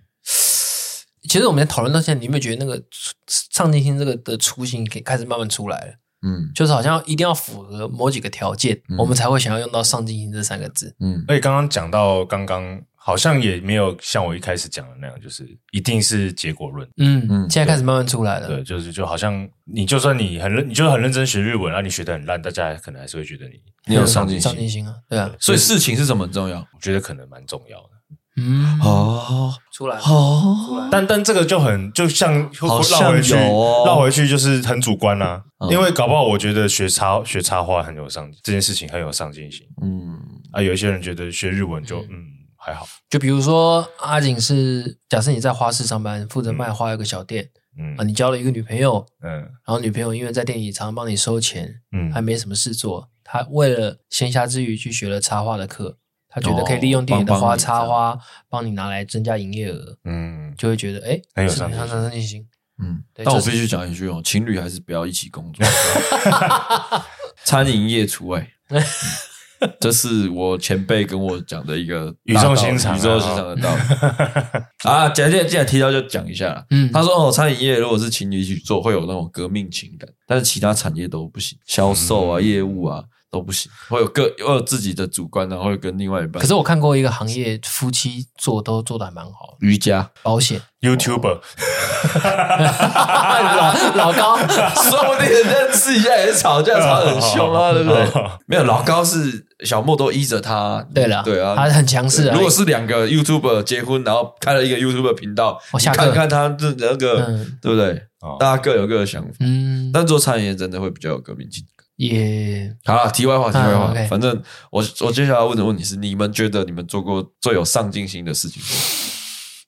S2: 其实我们在讨论到现在，你有没有觉得那个上进心这个的雏形给开始慢慢出来了？
S1: 嗯
S2: 就是好像一定要符合某几个条件，
S1: 嗯
S2: 我们才会想要用到上进心这三个字。
S1: 嗯，
S3: 而且刚刚讲到刚刚。好像也没有像我一开始讲的那样，就是一定是结果论。
S2: 嗯，
S1: 嗯
S2: 现在开始慢慢出来了。
S3: 对，就是就好像你就算你很认，你就很认真学日文，然后你学的很烂，大家可能还是会觉得你
S1: 你有上进
S2: 上进
S1: 心，
S2: 心啊，对啊，
S1: 所以事情是什么很重要？
S3: 我觉得可能蛮重要的。
S2: 嗯，
S1: 哦
S2: 出来，
S1: 哦，
S2: 出来，
S3: 但但这个就很就像
S1: 好像
S3: 绕回去，
S1: 有哦
S3: 绕回去就是很主观啦、
S1: 嗯
S3: 因为搞不好我觉得学插学插花很有上这件事情很有上进心
S1: 嗯，
S3: 啊，有一些人觉得学日文就嗯还好，
S2: 就比如说阿景是，假设你在花市上班，负责卖花，有个小店
S3: 嗯
S2: 啊，你交了一个女朋友，
S3: 嗯
S2: 然后女朋友因为在店里常常帮你收钱，还
S3: 嗯，
S2: 没什么事做，他为了闲暇之余去学了插花的课，他觉得可以利用店里的
S1: 哦帮帮
S2: 花
S1: 你
S2: 插花，帮你拿来增加营业额，
S3: 嗯，
S2: 就会觉得哎，
S3: 很有
S2: 是
S3: 上进
S2: 上
S3: 心
S2: 上进心。
S1: 嗯，
S2: 对
S1: 但我
S2: 就是
S1: 必须讲一句哦，情侣还是不要一起工作， 餐饮业除外。嗯这是我前辈跟我讲的一个
S3: 语
S1: 大道
S3: 重
S1: 理
S3: 心长啊
S1: 语重心长的道理啊。既然既然提到，就讲一下啦。
S2: 嗯，
S1: 他说：“哦，餐饮业如果是情侣一起做，会有那种革命情感，但是其他产业都不行，销售
S3: 嗯
S1: 啊、业务啊都不行，会有各会有自己的主观，然后会跟另外一半。
S2: 可是我看过一个行业，夫妻做都做的还蛮好的，
S1: 瑜伽，
S2: 保险
S3: YouTuber
S2: 老 老高，
S1: 说不定人家私底下也是吵架吵得很凶啊，对不对？没有，老高是小莫都依着他，
S2: 对了，
S1: 对啊，
S2: 他很强势
S1: 对
S2: 啊。
S1: 如果是两个 YouTuber 结婚，然后开了一个 YouTuber 频道，
S2: 哦
S1: 你
S2: 下课
S1: 看看他这那个
S2: 嗯
S1: 对不对？
S3: 哦
S1: 大家各有各的想法，
S2: 嗯，
S1: 但做餐饮业真的会比较有革命情感。”
S2: 也
S1: 好了，题外话，题外话，
S2: 嗯，OK
S1: 反正我我接下来问的问题是：你们觉得你们做过最有上进心的事情是什么？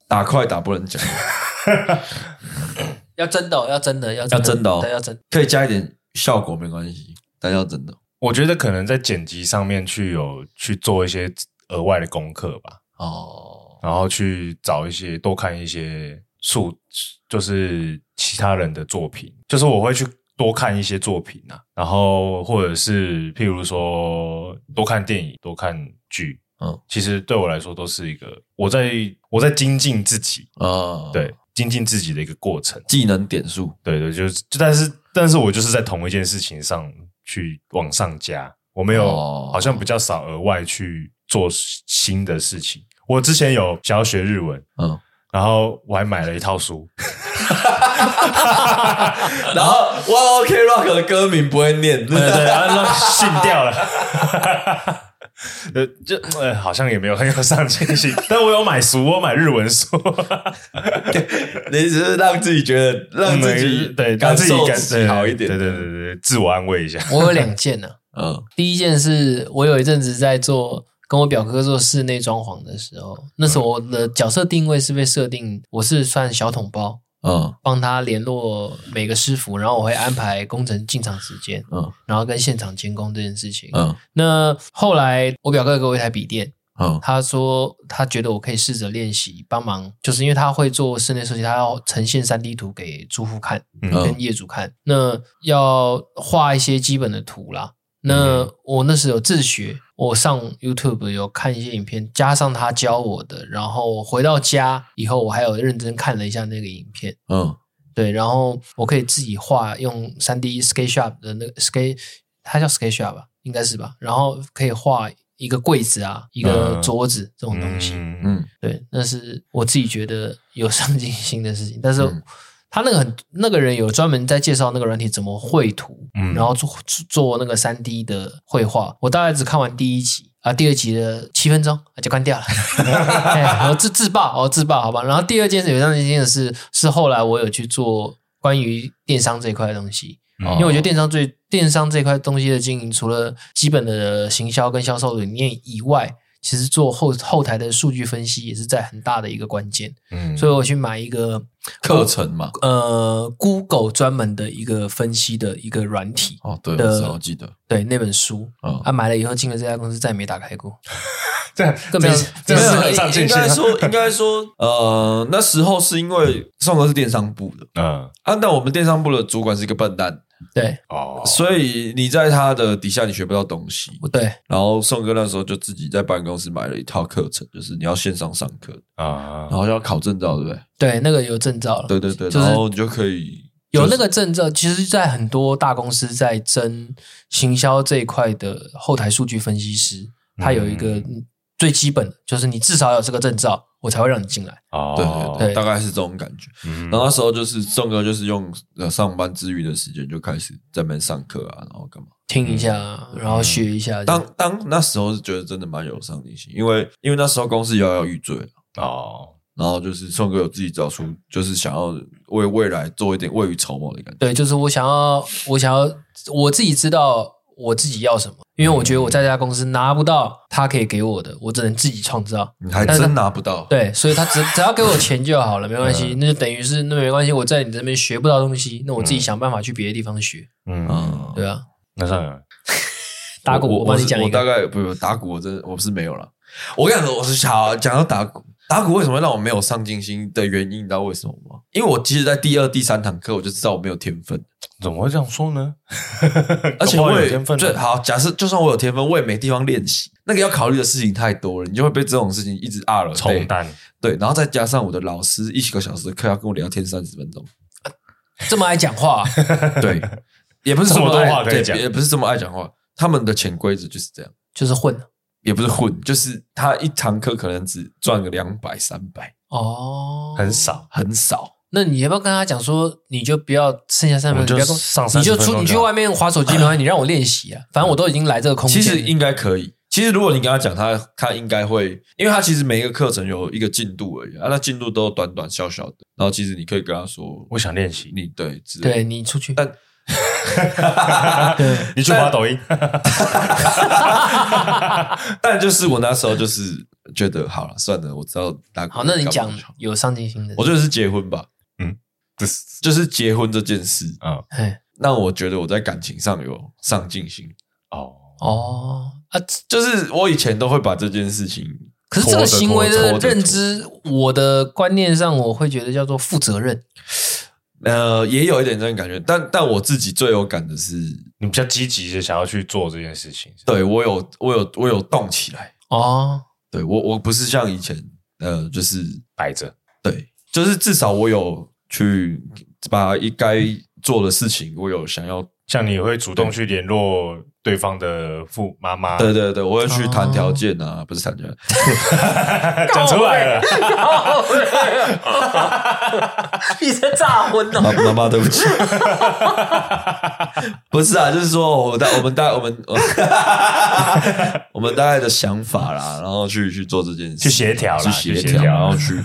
S1: 打快打不能讲，
S2: 要真的哦，要真的，要
S1: 要真的哦
S2: 对，要真。
S1: 可以加一点效果没关系，但要真的。
S3: 我觉得可能在剪辑上面去有去做一些额外的功课吧，
S2: 哦，
S3: 然后去找一些多看一些素，就是其他人的作品，就是我会去多看一些作品啊，然后或者是譬如说多看电影、多看剧，
S1: 嗯，
S3: 其实对我来说都是一个我在我在精进自己，
S1: 啊，
S3: 对，，精进自己的一个过程，
S1: 技能点数，
S3: 对对，就是就但是但是我就是在同一件事情上去往上加，我没有、
S1: 哦
S3: 好像比较少额外去做新的事情。我之前有想要学日文，
S1: 嗯，
S3: 然后我还买了一套 书，
S1: 然后 One OK Rock 的歌名不会 念，
S3: 对对，然后信 掉了。呃，就呃，好像也没有很有上进心， 但我有买书，我有买日文书，
S1: 你只是让自己觉得嗯让自 己
S3: 嗯对，让
S1: 感
S3: 自己
S1: 受
S3: 感
S1: 自己好一点，
S3: 对对对对对，自我安慰一下。
S2: 我有两件啊呢。
S1: 嗯，
S2: 第一件是我有一阵子在做。跟我表哥做室内装潢的时候，那时候我的角色定位是被设定，我是算小桶包，
S1: 嗯
S2: 帮他联络每个师傅，然后我会安排工程进场时间，
S1: 嗯
S2: 然后跟现场监工这件事情。
S1: 嗯
S2: 那后来我表哥给我一台笔电，
S1: 嗯
S2: 他说他觉得我可以试着练习帮忙，就是因为他会做室内设计，他要呈现三 D 图给住户看，
S3: 嗯
S2: 跟业主看，那要画一些基本的图啦。
S3: 嗯
S2: 那我那时候有自学，我上 YouTube 有看一些影片，加上他教我的，然后回到家以后，我还有认真看了一下那个影片。
S1: 嗯
S2: 对，然后我可以自己画，用三 D SketchUp 的那个 Sketch，它叫 SketchUp 吧，应该是吧？然后可以画一个柜子啊，一个
S3: 嗯
S2: 桌子、这种东西。
S3: 嗯
S1: 嗯
S2: 对，那是我自己觉得有上进心的事情。但是
S1: 嗯
S2: 他那个很那个人有专门在介绍那个软体怎么绘图，
S3: 嗯
S2: 然后做做那个三 D 的绘画。我大概只看完第一集啊，第二集的七分钟啊就关掉了。 哎我自自爆，我自爆，好吧。然后第二件事有上进心的事是后来我有去做关于电商这一块的东西，
S3: 嗯
S2: 因为我觉得电商最电商这块东西的经营，除了基本的行销跟销售理念以外，其实做后后台的数据分析也是在很大的一个关键。
S3: 嗯
S2: 所以我去买一个
S1: 课程嘛，
S2: 呃 Google 专门的一个分析的一个软体，
S1: 哦，对，
S2: 的
S1: 我知道我记得，
S2: 对那本书
S1: 嗯
S2: 啊，买了以后进了这家公司，再也没打开过。
S3: 这样
S2: 更没
S3: 这样这样
S2: 没有
S3: 是
S1: 没
S3: 很
S1: 有，
S3: 上进
S1: 应
S3: 心
S1: 该
S3: 啊。
S1: 说， 应该说，呃，那时候是因为宋哥是电商部的
S3: 嗯
S1: 啊，但我们电商部的主管是一个笨蛋，
S2: 对，
S3: 哦，
S1: 所以你在他的底下你学不到东西。
S2: 不对，
S1: 然后宋哥那时候就自己在办公室买了一套课程，就是你要线上上课，
S3: 啊
S1: 然，
S2: 哦
S1: 后要考证照，对不对？
S2: 对，那个有证照了，
S1: 对对对，
S2: 嗯就是
S1: 然后你就可以
S2: 有那个证照，其实，在很多大公司在争行销这一块的后台数据分析师，他有一个最基本的，就是你至少有这个证照，我才会让你进来。
S1: 对
S3: 哦
S1: 对
S2: 对
S1: 对，大概是这种感觉。
S3: 嗯
S2: 哦
S1: 然后那时候就是宋哥就是用呃上班之余的时间就开始在那边上课啊，然后干嘛？
S2: 听一下，然后学一下。
S1: 当当那时候是觉得真的蛮有上进心，因为因为那时候公司摇摇欲坠，
S3: 哦，
S1: 然后就是宋哥有自己找出，就是想要为未来做一点未雨绸缪的感觉。
S2: 对，就是我想要，我想要我自己知道我自己要什么，因为我觉得我在这家公司拿不到他可以给我的，我只能自己创造。
S1: 你还
S2: 但是
S1: 真拿不到，
S2: 对，所以他只只要给我钱就好了，没关系，那就等于是那没关系，我在你这边学不到东西，那我自己想办法去别的地方学，
S3: 嗯，
S1: 嗯，
S2: 对啊。
S3: 那当然，
S2: 打鼓，
S1: 我
S2: 我帮你
S1: 是
S2: 讲一
S1: 我大
S2: 个，
S1: 概不不打鼓，我真的我是没有了。我跟你讲，我是好讲到打鼓，打鼓为什么让我没有上进心的原因，你知道为什么吗？因为我其实，在第二、第三堂课，我就知道我没有天分，
S3: 怎么会这样说呢？
S1: 而且
S3: 搞不
S1: 我
S3: 好有
S1: 也
S3: 天分啊
S1: 最
S3: 呢，
S1: 好假设，就算我有天分，我也没地方练习。那个要考虑的事情太多了，你就会被这种事情一直啊了
S3: 重担，
S1: 对，然后再加上我的老师一个小时的课要跟我聊天三十分钟，
S2: 这么爱讲话，
S1: 对，也不是
S3: 这么多
S1: 爱
S3: 话可以
S1: 对
S3: 讲
S1: 也不是这么爱讲话。他们的潜规则就是这样，
S2: 就是混
S1: 也不是混，就是他一堂课可能只赚个两百、三百，
S2: 哦，
S3: 很少。
S1: 很少。
S2: 那你要不要跟他讲说，你就不要剩下三分
S3: 我们就
S2: 钟，你不要跟
S3: 上
S2: 你就
S3: 30分钟
S2: 出你
S3: 就
S2: 去
S3: 好
S2: 外面划手机没关系，你让我练习啊，反正我都已经来这个空
S1: 其
S2: 间了。
S1: 实应该可以。其实如果你跟他讲，他他应该会，因为他其实每一个课程有一个进度而已啊，那进度都短短小小的。然后其实你可以跟他说，
S3: 我想练习，
S1: 你对之类的
S2: 对你出去，
S1: 但
S2: 对
S3: 你去发抖音，
S1: 但就是我那时候就是觉得好了，算了，我知道打鼓
S2: 好，那你
S1: 干
S2: 讲
S1: 嘛
S2: 有上进心的，
S1: 我觉得是结婚吧，
S3: 嗯这是
S1: 就是结婚这件事，
S3: 嗯
S2: 哎
S1: 让我觉得我在感情上有上进心。
S3: 哦，
S2: 哦啊，
S1: 就是我以前都会把这件事情，
S2: 可是这个行为
S1: 拖着
S2: 的
S1: 拖着
S2: 认知，我的观念上我会觉得叫做负责任。
S1: 呃，也有一点这种感觉，但但我自己最有感的是，
S3: 你比较积极的想要去做这件事情，
S1: 对我有我有我有动起来，
S2: 哦，
S1: 对我我不是像以前，呃，就是
S3: 摆着，
S1: 对，就是至少我有去把一该做的事情，我有想要，
S3: 像你会主动去联络对方的父妈妈，
S1: 对对对，我会去谈条件啊，不是谈条件，
S3: 哎讲出来了，
S2: 你在炸昏哦！
S1: 妈妈妈，对不起， 不是啊，就是说我大我们大我们我我们大概的想法啦，然后去去做这件事，
S3: 去协调啦
S1: 去
S3: 去
S1: 协
S3: 协
S1: 调，
S3: 调
S1: 然后去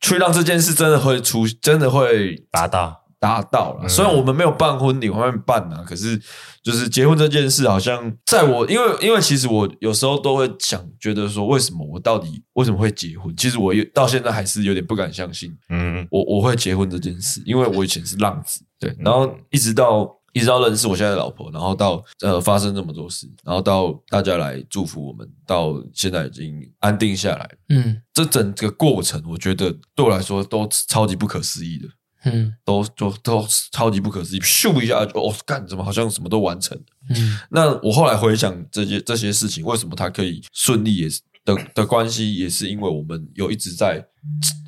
S1: 去让这件事真的会出，真的会
S3: 达到
S1: 达到了。
S3: 嗯
S1: 虽然我们没有办婚礼，我们办啊，可是就是结婚这件事，好像在我因为因为其实我有时候都会想，觉得说为什么我到底为什么会结婚？其实我也到现在还是有点不敢相信。
S3: 嗯
S1: 我我会结婚这件事，因为我以前是浪子，对，然后一直到一直到认识我现在的老婆，然后到呃发生这么多事，然后到大家来祝福我们，到现在已经安定下来，
S2: 嗯
S1: 这整个过程，我觉得对我来说都超级不可思议的，
S2: 嗯
S1: 都都都超级不可思议，咻一下就哦，干怎么好像什么都完成了。
S2: 嗯，
S1: 那我后来回想这些这些事情，为什么他可以顺利也是的的关系，也是因为我们有一直在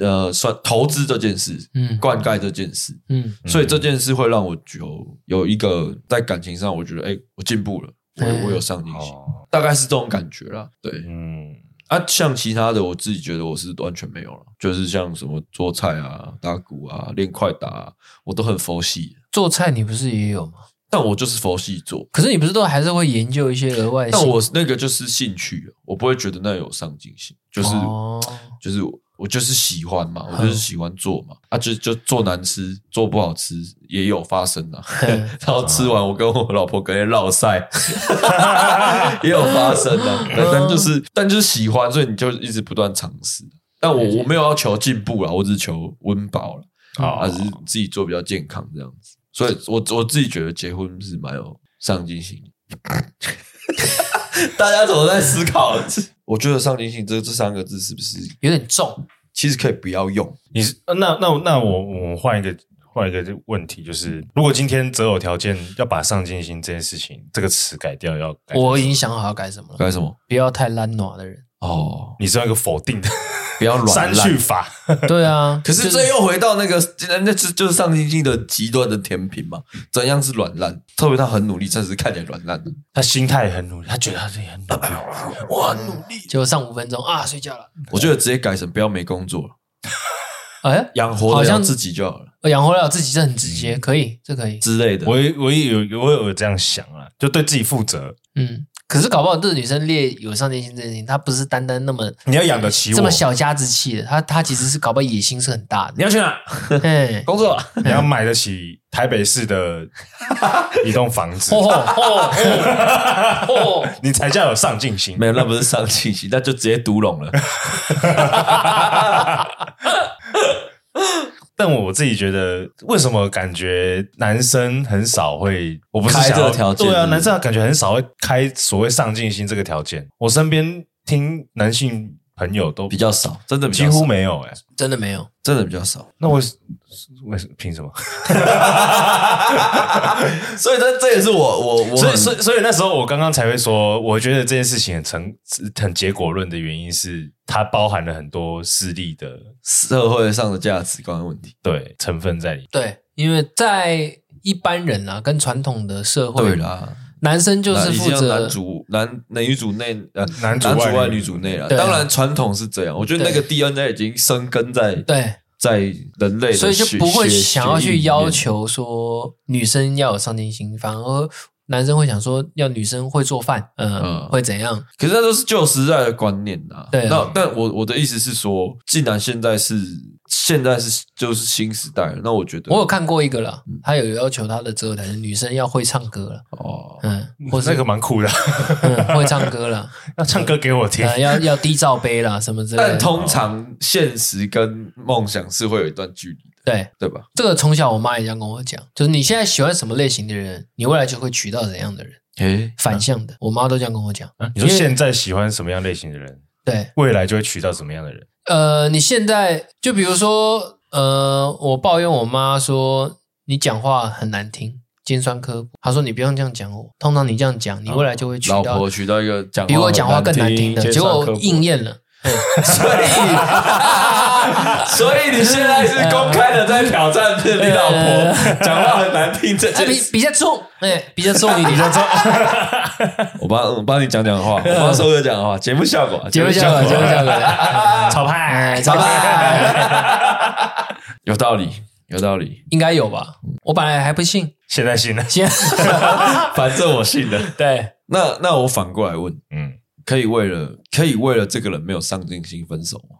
S1: 呃算投资这件事，
S2: 嗯
S1: 灌溉这件事，
S2: 嗯
S1: 所以这件事会让我有有一个在感情上，我觉得哎、我进步了，我
S2: 嗯
S1: 我有上进心，
S3: 哦
S1: 大概是这种感觉啦。对
S3: 嗯，
S1: 啊，像其他的，我自己觉得我是完全没有了，就是像什么做菜啊、打鼓啊、练快打、啊，我都很佛系，
S2: 做菜你不是也有吗？
S1: 但我就是佛系做。
S2: 可是你不是都还是会研究一些额外性？
S1: 但我那个就是兴趣，我不会觉得那有上进心，就是、
S2: 哦
S1: 就是我我就是喜欢嘛，我
S2: 嗯
S1: 就是喜欢做嘛，啊就就做难吃，做不好吃也有发生啊。
S2: 嗯
S1: 然后吃完，我跟我老婆隔天落 晒，也有发生的、啊。但但就是但就是喜欢，所以你就一直不断尝试。但我我没有要求进步啊啦，我只是求温饱了，
S3: 好
S1: 啊，只是自己做比较健康这样子。所以我，我自己觉得结婚是蛮有上进心的。 大家怎么在思考？ 我觉得上进心这这三个字是不是
S2: 有点重，
S1: 其实可以不要用？
S3: 你是呃那那那我我换一个换一个问题，就是如果今天择偶条件要把上进心这件事情这个词改掉，要改
S2: 我已经想好要改什么了，
S1: 干什么？
S2: 不要太懒惰的人。
S1: 哦，
S3: 你是用一个否定 的
S1: 不要软
S3: 删
S1: 烂
S3: 去。法，
S2: 对啊，
S1: 可是
S2: 就
S1: 这又回到那个，那就就是上进心的极端的甜品嘛。怎样是软烂？特别他很努力，但是看起来软烂的。
S3: 他心态很努力，他觉得他自己很努力，
S1: 我很努力。
S2: 就上五分钟啊，睡觉了。
S1: 我觉得直接改成不要没工作了，
S2: 哎，
S1: 养活
S2: 好
S1: 得
S2: 像
S1: 了自己就好了
S2: 养活了自己，这很直
S1: 嗯
S2: 接，可以，这可以。
S1: 之类的。
S3: 我也我也有我也有这样想啊，就对自己负责，
S2: 嗯，可是搞不好这个女生列有上进心这件事情，她不是单单那么
S3: 你要养得起我，
S2: 这么小家子气的，她她其实是搞不好野心是很大的。
S1: 你要去 哪？
S2: 哎，
S1: 工作？
S3: 你要买得起台北市的一栋房子
S2: 哦，哦哦哦，
S3: 你才叫有上进心。
S1: 没有，那不是上进心，那就直接读拢了。
S3: 但我自己觉得，为什么感觉男生很少会，我不是
S1: 开
S3: 想要
S1: 这个条件嗯
S3: 对
S1: 是
S3: 啊，
S1: 不是
S3: 男生感觉很少会开所谓上进心这个条件。我身边听男性朋友都
S1: 比较少，真的比较
S3: 几
S1: 少
S3: 乎没有哎、欸
S2: 真的没有，
S1: 真的比较少。
S3: 那我为什凭什么？
S1: 所以这这也是我我我
S3: 所以
S1: 很
S3: 所以所以那时候我刚刚才会说，我觉得这件事情很成很结果论的原因是，它包含了很多势力的
S1: 社会上的价值观问题。
S3: 对成分在里面。
S2: 对，因为在一般人啊，跟传统的社会，
S1: 对啦，
S2: 男生就是
S1: 那
S2: 负
S1: 一定要
S2: 责
S1: 男主男男女主内呃
S3: 男主
S1: 主
S3: 外
S1: 外
S3: 女
S1: 女主内了。
S2: 对啊
S1: 当然传统是这样，我觉得那个 DNA 已经生根在
S2: 对，
S1: 在人类的血，
S2: 所以就不会
S1: 血
S2: 想要
S1: 血液里
S2: 去
S1: 面
S2: 要求说女生要有上进心，反而男生会想说要女生会做饭，嗯，
S1: 嗯
S2: 会怎样？
S1: 可是那都是旧时代的观念呐、
S2: 对啊
S1: 那但我我的意思是说，既然现在是现在是就是新时代了，那我觉得
S2: 我有看过一个了，他有要求他的择偶条件，女生要会唱歌了，
S1: 嗯哦，
S2: 嗯，
S3: 我那个蛮酷 的，
S2: 嗯会唱 歌了，
S3: 要唱歌给我听。
S2: 呃，要要低罩杯啦，什么之类
S1: 但
S2: 的。
S1: 通常现实跟梦想是会有一段距离的，
S2: 对，
S1: 对吧？
S2: 这个从小我妈也这样跟我讲，就是你现在喜欢什么类型的人，你未来就会娶到怎样的人，
S1: 诶、
S2: 反向的，我妈都这样跟我讲。
S3: 啊你说
S2: 因为
S3: 现在喜欢什么样类型的人，
S2: 对，
S3: 未来就会娶到什么样的人？
S2: 呃，你现在就比如说，呃，我抱怨我妈说你讲话很难听，尖酸刻薄。她说你不用这样讲我，通常你这样讲，你未来就会娶
S1: 老
S2: 到
S1: 婆娶到一个讲话
S2: 比我讲话更难听的，
S1: 尖
S2: 结
S1: 酸刻
S2: 果
S1: 薄
S2: 应验 了。
S1: 所以， 所以你现在是公开的在挑战你老 婆讲话很难听这
S2: 哎，
S1: 件
S2: 比
S1: 事。
S2: 比较重，哎，比较重一点，比较重。
S1: 我帮我帮你讲 讲话，我帮收哥讲话，节目效果，
S2: 节目效果，节目效果，
S3: 炒派
S2: 哎，炒 派
S1: 有道理，有道理。
S2: 应该有吧？我本来还不信，
S3: 现在信了。
S2: 先
S1: 反正我信了。
S2: 对，
S1: 那那我反过来问，
S3: 嗯，
S1: 可以为了可以为了这个人没有上进心分手吗？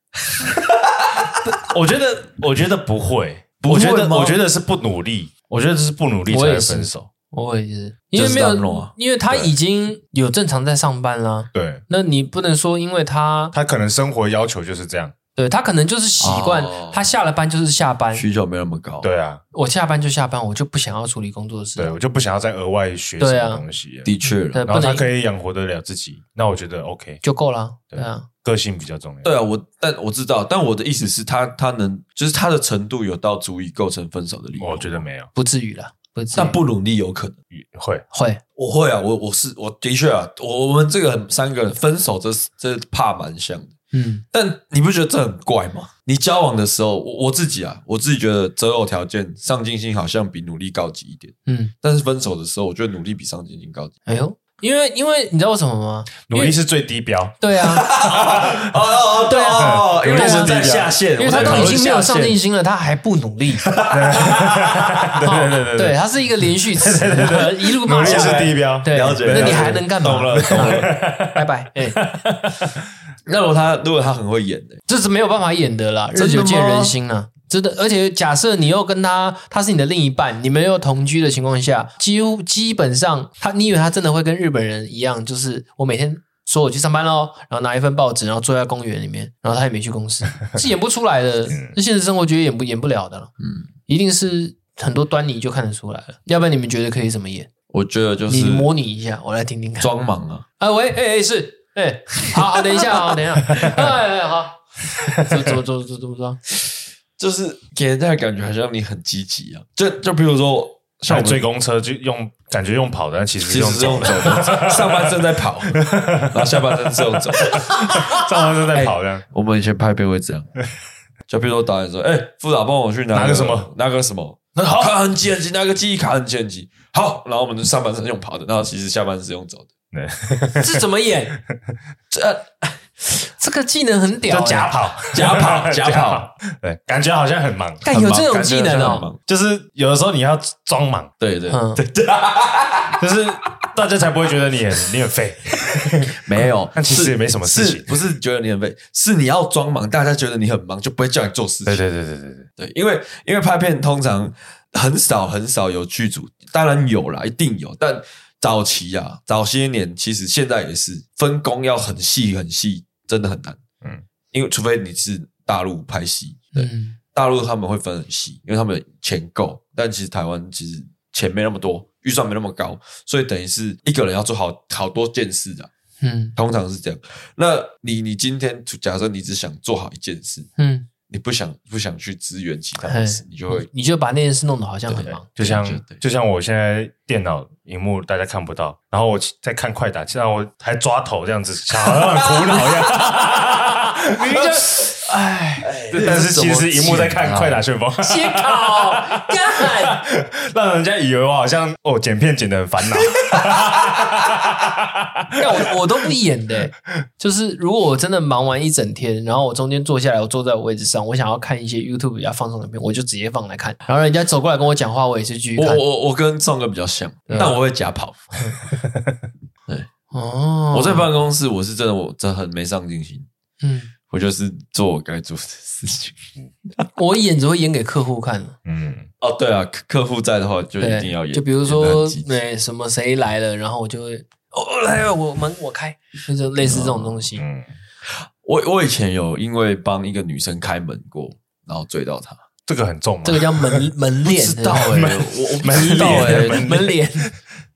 S3: 我觉得，我觉得不会，
S1: 不会
S3: 我觉得，
S1: 吗
S3: 我觉得是不努力，我觉得是不努力才
S2: 我也
S3: 会
S2: 是
S3: 分手。
S2: 我也是，因
S1: 就
S2: 为
S1: 是
S2: 没
S1: 当弄啊
S2: 有，因为他已经有正常在上班啦。
S3: 对
S2: 那你不能说因为他
S3: 他可能生活要求就是这样。
S2: 对他可能就是习惯，
S1: 哦
S2: 他下了班就是下班，
S1: 需求没那么高。，
S3: 对啊，
S2: 我下班就下班，我就不想要处理工作的
S3: 对
S2: 事。
S3: 我就不想要再额外学什
S2: 啊对啊
S3: 么东西了。
S1: 的确了。
S2: 对，
S3: 然
S2: 不
S3: 后他
S2: 能
S3: 可以养活得了自己，那我觉得 OK，
S2: 就够了。
S3: 对
S2: 对啊，
S3: 个性比较重要。
S1: 对啊，我但我知道，但我的意思是他，他能就是他的程度有到足以构成分手的理由。
S3: 我觉得，没有，
S2: 不至于了，不至于
S1: 但不努力有可能。
S3: 会
S2: 会
S1: 我会啊，我我是我的确啊，我我们这个很三个人分手这这怕蛮像的，
S2: 嗯
S1: 但你不觉得这很怪吗？你交往的时候，我我自己啊，我自己觉得择偶条件上进心好像比努力高级一点，
S2: 嗯，
S1: 但是分手的时候，我觉得努力比上进心高级。
S2: 哎呦，因为因为你知道为什么吗？
S3: 努力是最低标。
S2: 对啊，
S1: 哦哦哦，对哦，因为我们在下线，
S2: 因为他
S1: 我
S2: 都
S1: 在
S2: 已
S1: 讨论
S2: 经没有上
S1: 下
S2: 进
S1: 线，
S2: 心了，他还不努 力。 对
S3: 对对对对
S2: 对，他是一个连续词， 一路骂下来。
S3: 标
S2: 对，
S1: 了解
S2: 那
S1: 了
S2: 你
S1: 解
S2: 还能干嘛？
S1: 懂了懂 了
S2: 拜拜。哎，
S1: 那如果他如果他很会演呢、
S2: 这是没有办法演的啦，
S1: 真
S2: 日
S1: 的吗
S2: 久见人心啊。真的，而且假设你又跟他，他是你的另一半，你们又同居的情况下，几乎基本上他，你以为他真的会跟日本人一样，就是我每天说我去上班喽，然后拿一份报纸，然后坐在公园里面，然后他也没去公司， 是演不出来的，
S1: 嗯
S2: 这现实生活绝对演不演不了的了。嗯，一定是很多端倪就看得出来了，要不然你们觉得可以怎么演？
S1: 我觉得就是
S2: 你模拟一下，我来听听看。
S1: 装忙啊，
S2: 啊，喂，哎、哎、是，哎、好好，等一下，好，等一下，哎哎好，怎么怎么怎么怎么怎么说？
S1: 就是给人家的感觉好像你很积极啊。就就比如说像
S3: 像
S1: 我们
S3: 追公车就用感觉用跑的，但其实是
S1: 其
S3: 用
S1: 实是用
S3: 走
S1: 走
S3: 的，
S1: 的， 上半身在跑，然后下半身是用走。
S3: 上班就在跑的。
S1: 我们以前拍片会这样，就比如说导演说：“哎、副导帮我去拿
S3: 拿个什么，
S1: 拿个什么。”那好，卡很急很急，拿个记忆卡很急很急。好，然后我们就上半身用跑的，然后其实下半身是用走的。
S3: 对，
S2: 这怎么演？这这个技能很屌、
S3: 就
S2: 欸，
S3: 假跑，
S1: 假 跑假跑，
S3: 对，感觉好像很忙，
S2: 干
S3: 很
S2: 有
S3: 忙
S2: 这种技能
S1: 感觉好像很
S2: 哦、
S1: 忙
S3: 就是有的时候你要装忙，
S1: 对对，
S2: 嗯，
S3: 就是大家才不会觉得你很你很废。
S1: 没有，
S3: 但其实
S1: 是
S3: 也没什么事情
S1: 是不是觉得你很废，是你要装忙，大家觉得你很忙，就不会叫你做事情。
S3: 对对对对对 对，
S1: 对，因为因为拍片通常很少很少有剧组，当然有啦，一定有，但早期啊，早些年其实现在也是分工要很细很细，真的很难。
S3: 嗯
S1: 嗯，因为除非你是大陆拍戏，对，
S2: 嗯，
S1: 大陆他们会分很细，因为他们钱够，但其实台湾其实钱没那么多，预算没那么高，所以等于是一个人要做好好多件事啊，
S2: 嗯
S1: 通常是这样。那你你今天假设你只想做好一件事，
S2: 嗯，
S1: 你不想不想去支援其他的事，你就会
S2: 你就把那件事弄得好像很忙，
S3: 就
S1: 对
S3: 像
S1: 对
S3: 就像我现在电脑荧幕大家看不到，然后我在看快打，现在我还抓头这样子，好像很苦恼一 样。
S2: 你就哎，
S3: 但是其实荧幕在
S1: 啊
S3: 看快打旋风，
S2: 写考干，
S3: 让人家以为我好像哦剪片剪的 很烦恼。
S2: 干我我都不演的、欸就是如果我真的忙完一整天，然后我中间坐下来，我坐在我位置上，我想要看一些 YouTube 比较放松的片，我就直接放来看。然后人家走过来跟我讲话，我也是继续
S1: 我
S2: 看。
S1: 我我跟宋哥比较像，
S2: 嗯
S1: 但我会假跑。
S2: 哦
S1: 我在办公室，我是真的我真的很没上进心，
S2: 嗯，
S1: 我就是做我该做的事情。
S2: 我演只会演给客户看。
S3: 嗯，
S1: 哦，对啊，客客户在的话就一定要演，
S2: 就比如
S1: 演得
S2: 说
S1: 很积极
S2: 那、什么谁来了，然后我就会哦来我门我开，就是类似这种东西。
S3: 嗯，
S1: 我我以前有因为帮一个女生开门过，然后追到她，
S3: 这个很重吗？
S2: 这个 叫门门
S1: 不
S2: 脸，
S1: 知道 哎、我我不
S3: 门
S1: 知道哎、
S3: 脸
S2: 对门 脸，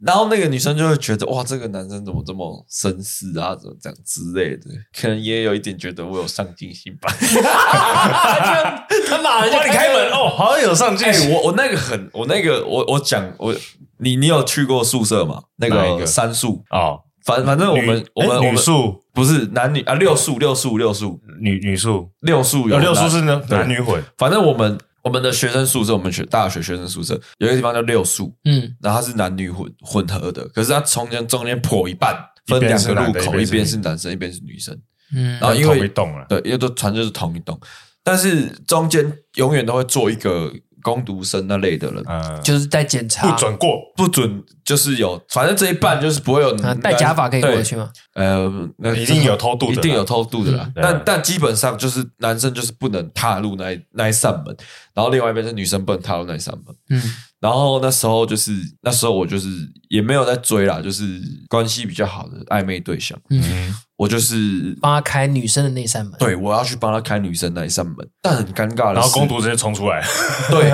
S1: 然后那个女生就会觉得哇，这个男生怎么这么绅士啊，怎么这样之类的，可能也有一点觉得我有上进心吧。
S2: 他妈的就
S3: 哇，你开门，哦，好像有上进
S1: 哎、。我我那个 很，我那个我我讲我，你你有去过宿舍吗？那
S3: 哪一
S1: 个
S3: 个
S1: 三宿，
S3: 哦，
S1: 反反正我们
S3: 女
S1: 我们
S3: 哎
S1: 我们
S3: 女宿
S1: 不是男女啊，六宿六宿六宿
S3: 女女宿，
S1: 哦六宿有
S3: 有六宿
S1: 男
S3: 是呢
S1: 对
S3: 男女混，
S1: 反正我们我们的学生宿舍，我们学大学学生宿舍有一个地方叫六宿，
S2: 嗯
S1: 然后它是男女混混合的，可是它中间中间破一半，分
S3: 一边
S1: 两
S3: 是
S1: 个
S3: 男
S1: 路
S3: 的
S1: 口，
S3: 一边
S1: 一边
S3: 是女
S1: 是男生，一边是女生，
S2: 嗯
S1: 然哦后因
S3: 同一
S1: 为
S3: 栋了。
S1: 对，因为都船就是同一栋，但是中间永远都会做一个攻读生那类的人。
S3: 嗯，
S2: 就是在检查，
S3: 不准过，
S1: 不准，就是有，反正这一半就是不会有
S2: 啊
S1: 男
S2: 戴假发可以过去。吗？
S1: 对呃，那
S3: 一定有偷渡的
S1: 一
S3: 啦，
S1: 定有偷渡的啦。
S3: 嗯对
S1: 但但基本上就是男生就是不能踏入那一那一扇门，然后另外一边是女生不能踏入那一扇门。
S2: 嗯
S1: 然后那时候就是那时候我就是也没有在追啦，就是关系比较好的暧昧对象，
S2: 嗯，
S1: 我就是
S2: 帮他开女生的那扇门，
S1: 对我要去帮他开女生那一扇门，但很尴尬的是，
S3: 然后攻读直接冲出来，
S1: 对，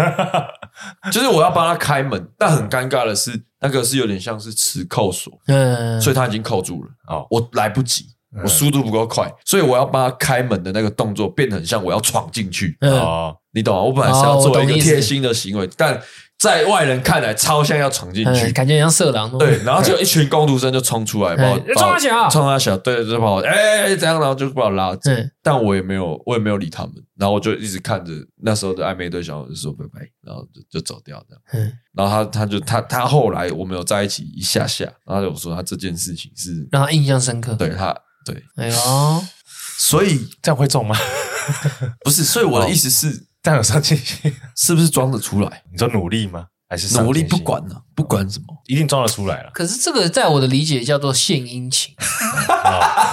S1: 就是我要帮他开门，但很尴尬的是，那个是有点像是磁扣锁，
S2: 嗯，
S1: 所以他已经扣住了。
S3: 哦，
S1: 我来不及，我速度不够快，所以我要帮他开门的那个动作变得很像我要闯进去，
S2: 嗯
S3: 哦，
S1: 你懂吗？我本来是要
S2: 哦我
S1: 做
S2: 懂
S1: 一个
S2: 意思
S1: 贴心的行为，但在外人看来超像要闯进
S2: 嗯，
S1: 去。
S2: 感觉很像色狼哦，
S1: 对，然后就一群工读生就冲出来，把我
S2: 嗯
S1: 把我
S2: 冲他小
S1: 冲他小，对，就把我哎怎样，然后就把我拉走。
S2: 嗯，
S1: 但我也没有，我也没有理他们，然后我就一直看着那时候的暧昧对象，我就说拜拜，然后就就走掉这样。
S2: 嗯
S1: 然后他他就他他后来我们有在一起一下下，然后他就说他这件事情是
S2: 让他印象深刻。
S1: 对，他对，
S2: 哎呦，
S1: 所以
S3: 这样会中吗？
S1: 不是，所以我的意思是，
S3: 这样有上进心？
S1: 是不是装得出来？
S3: 你说努力吗？还是上
S1: 努
S3: 进
S1: 力
S3: 心
S1: 不，管呢、不管什么，
S3: 一定装得出来了。
S2: 可是这个在我的理解叫做献殷勤，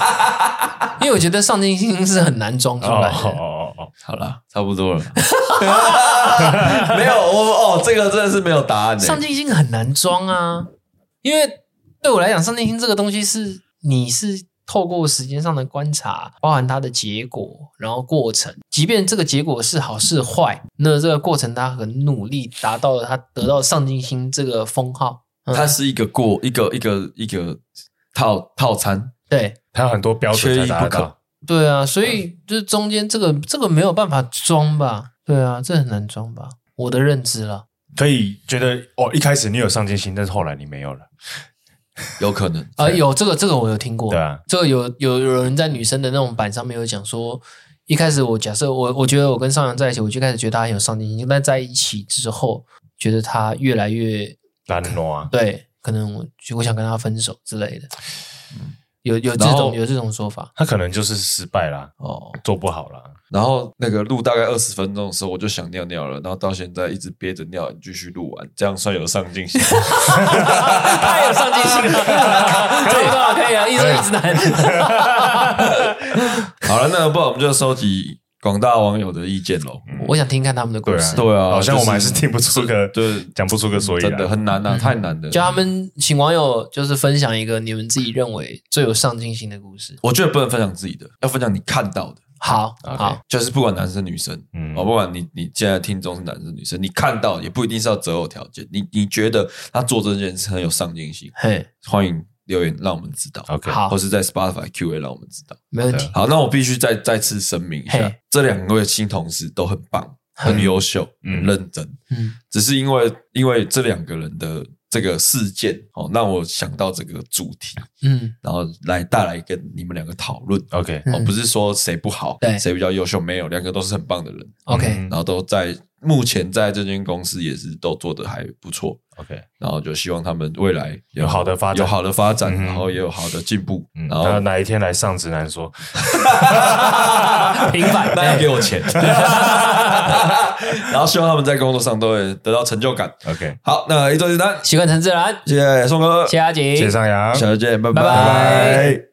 S2: 因为我觉得上进心是很难装出
S3: 哦
S2: 来
S3: 哦
S2: 的。
S3: 哦哦，
S1: 好啦，差不多了。没有，我哦，这个真的是没有答案欸的、
S2: 上进心很难装啊，因为对我来讲，上进心这个东西是你是透过时间上的观察，包含它的结果，然后过程，即便这个结果是好是坏，那这个过程他很努力达到了他得到上进心这个封号，嗯
S1: 它是一个过一个一个一个套套餐，
S2: 对。
S3: 他有很多标准才达得
S1: 缺一不
S3: 到。
S2: 对啊，所以就是中间这个这个没有办法装吧？对啊，这很难装吧？我的认知啦，
S3: 可以觉得哦，一开始你有上进心，但是后来你没有了。
S1: 有可能
S2: 啊、有这个这个我有听过，
S3: 对啊，
S2: 这个有有有人在女生的那种版上面有讲说，一开始我假设我我觉得我跟上阳在一起，我就开始觉得他很有上进心，但在一起之后，觉得他越来越
S3: 懒惰啊，
S2: 对，可能我就我想跟他分手之类的，有有这
S1: 然
S2: 种
S1: 后
S2: 有这种说 法，
S3: 他可能就是失败啦，
S1: 哦，
S3: 做不好啦。
S1: 然后那个录大概二十分钟的时候，我就想尿尿了，然后到现在一直憋着尿，继续录完，这样算有上进心。
S2: 太有上进心了，可以吧？可以啊，一生一直男，
S1: 好了，那不然我们就收集广大网友的意见喽。
S2: 我想听看他们的故
S3: 对啊
S2: 事，，
S1: 对啊
S3: 嗯好像我们 还
S1: 就是
S3: 是听不出个，
S1: 对，
S3: 讲不出个所以嗯
S1: 真的
S3: 然。
S1: 很难啊，太难了。
S2: 叫他们请网友就是分享一个你们自己认为最有上进心的故事。
S1: 我觉得不能分享自己的，要分享你看到的，
S2: 好
S3: OK
S2: 好，
S1: 就是不管男生女生，
S3: 嗯
S1: 哦，不管你你现在听众是男生女生，你看到也不一定是要择偶条件，你你觉得他做这件事很有上进心，
S2: 嘿，
S1: 欢迎留言让我们知道，
S3: OK，
S2: 好
S1: 或是啊在 Spotify Q A 让我们知道。
S2: 没问题
S3: 对。
S1: 好，那我必须再再次声明一下
S2: 嘿，
S1: 这两位新同事都很棒，很优秀，
S3: 嗯
S1: 很认真，
S2: 嗯，
S1: 只是因为因为这两个人的这个事件哦，让我想到这个主题，
S2: 嗯，
S1: 然后来带来跟你们两个讨论。
S3: OK，
S1: 哦
S2: 嗯，
S1: 不是说谁不好，
S2: 对哦
S1: 谁比较优秀，没有，两个都是很棒的人，
S2: OK，
S3: 嗯
S1: 然后都在目前在这间公司也是都做得还不错，
S3: OK，
S1: 然后就希望他们未来
S3: 有好的发展
S1: 有好的发展，
S3: 嗯哼
S1: 然后也有好的进步，
S3: 嗯，
S1: 然
S3: 然后
S1: 后
S3: 哪一天来上直男说，
S2: 平板哎
S1: 那要给我钱， 然后希望他们在工作上都会得到成就感。
S3: OK，
S1: 好，那一周一单，
S2: 习惯成自然，
S1: 谢谢宋哥，
S2: 谢谢阿杰，
S3: 谢谢上扬，
S1: 下周见，拜
S2: 拜拜
S3: 拜。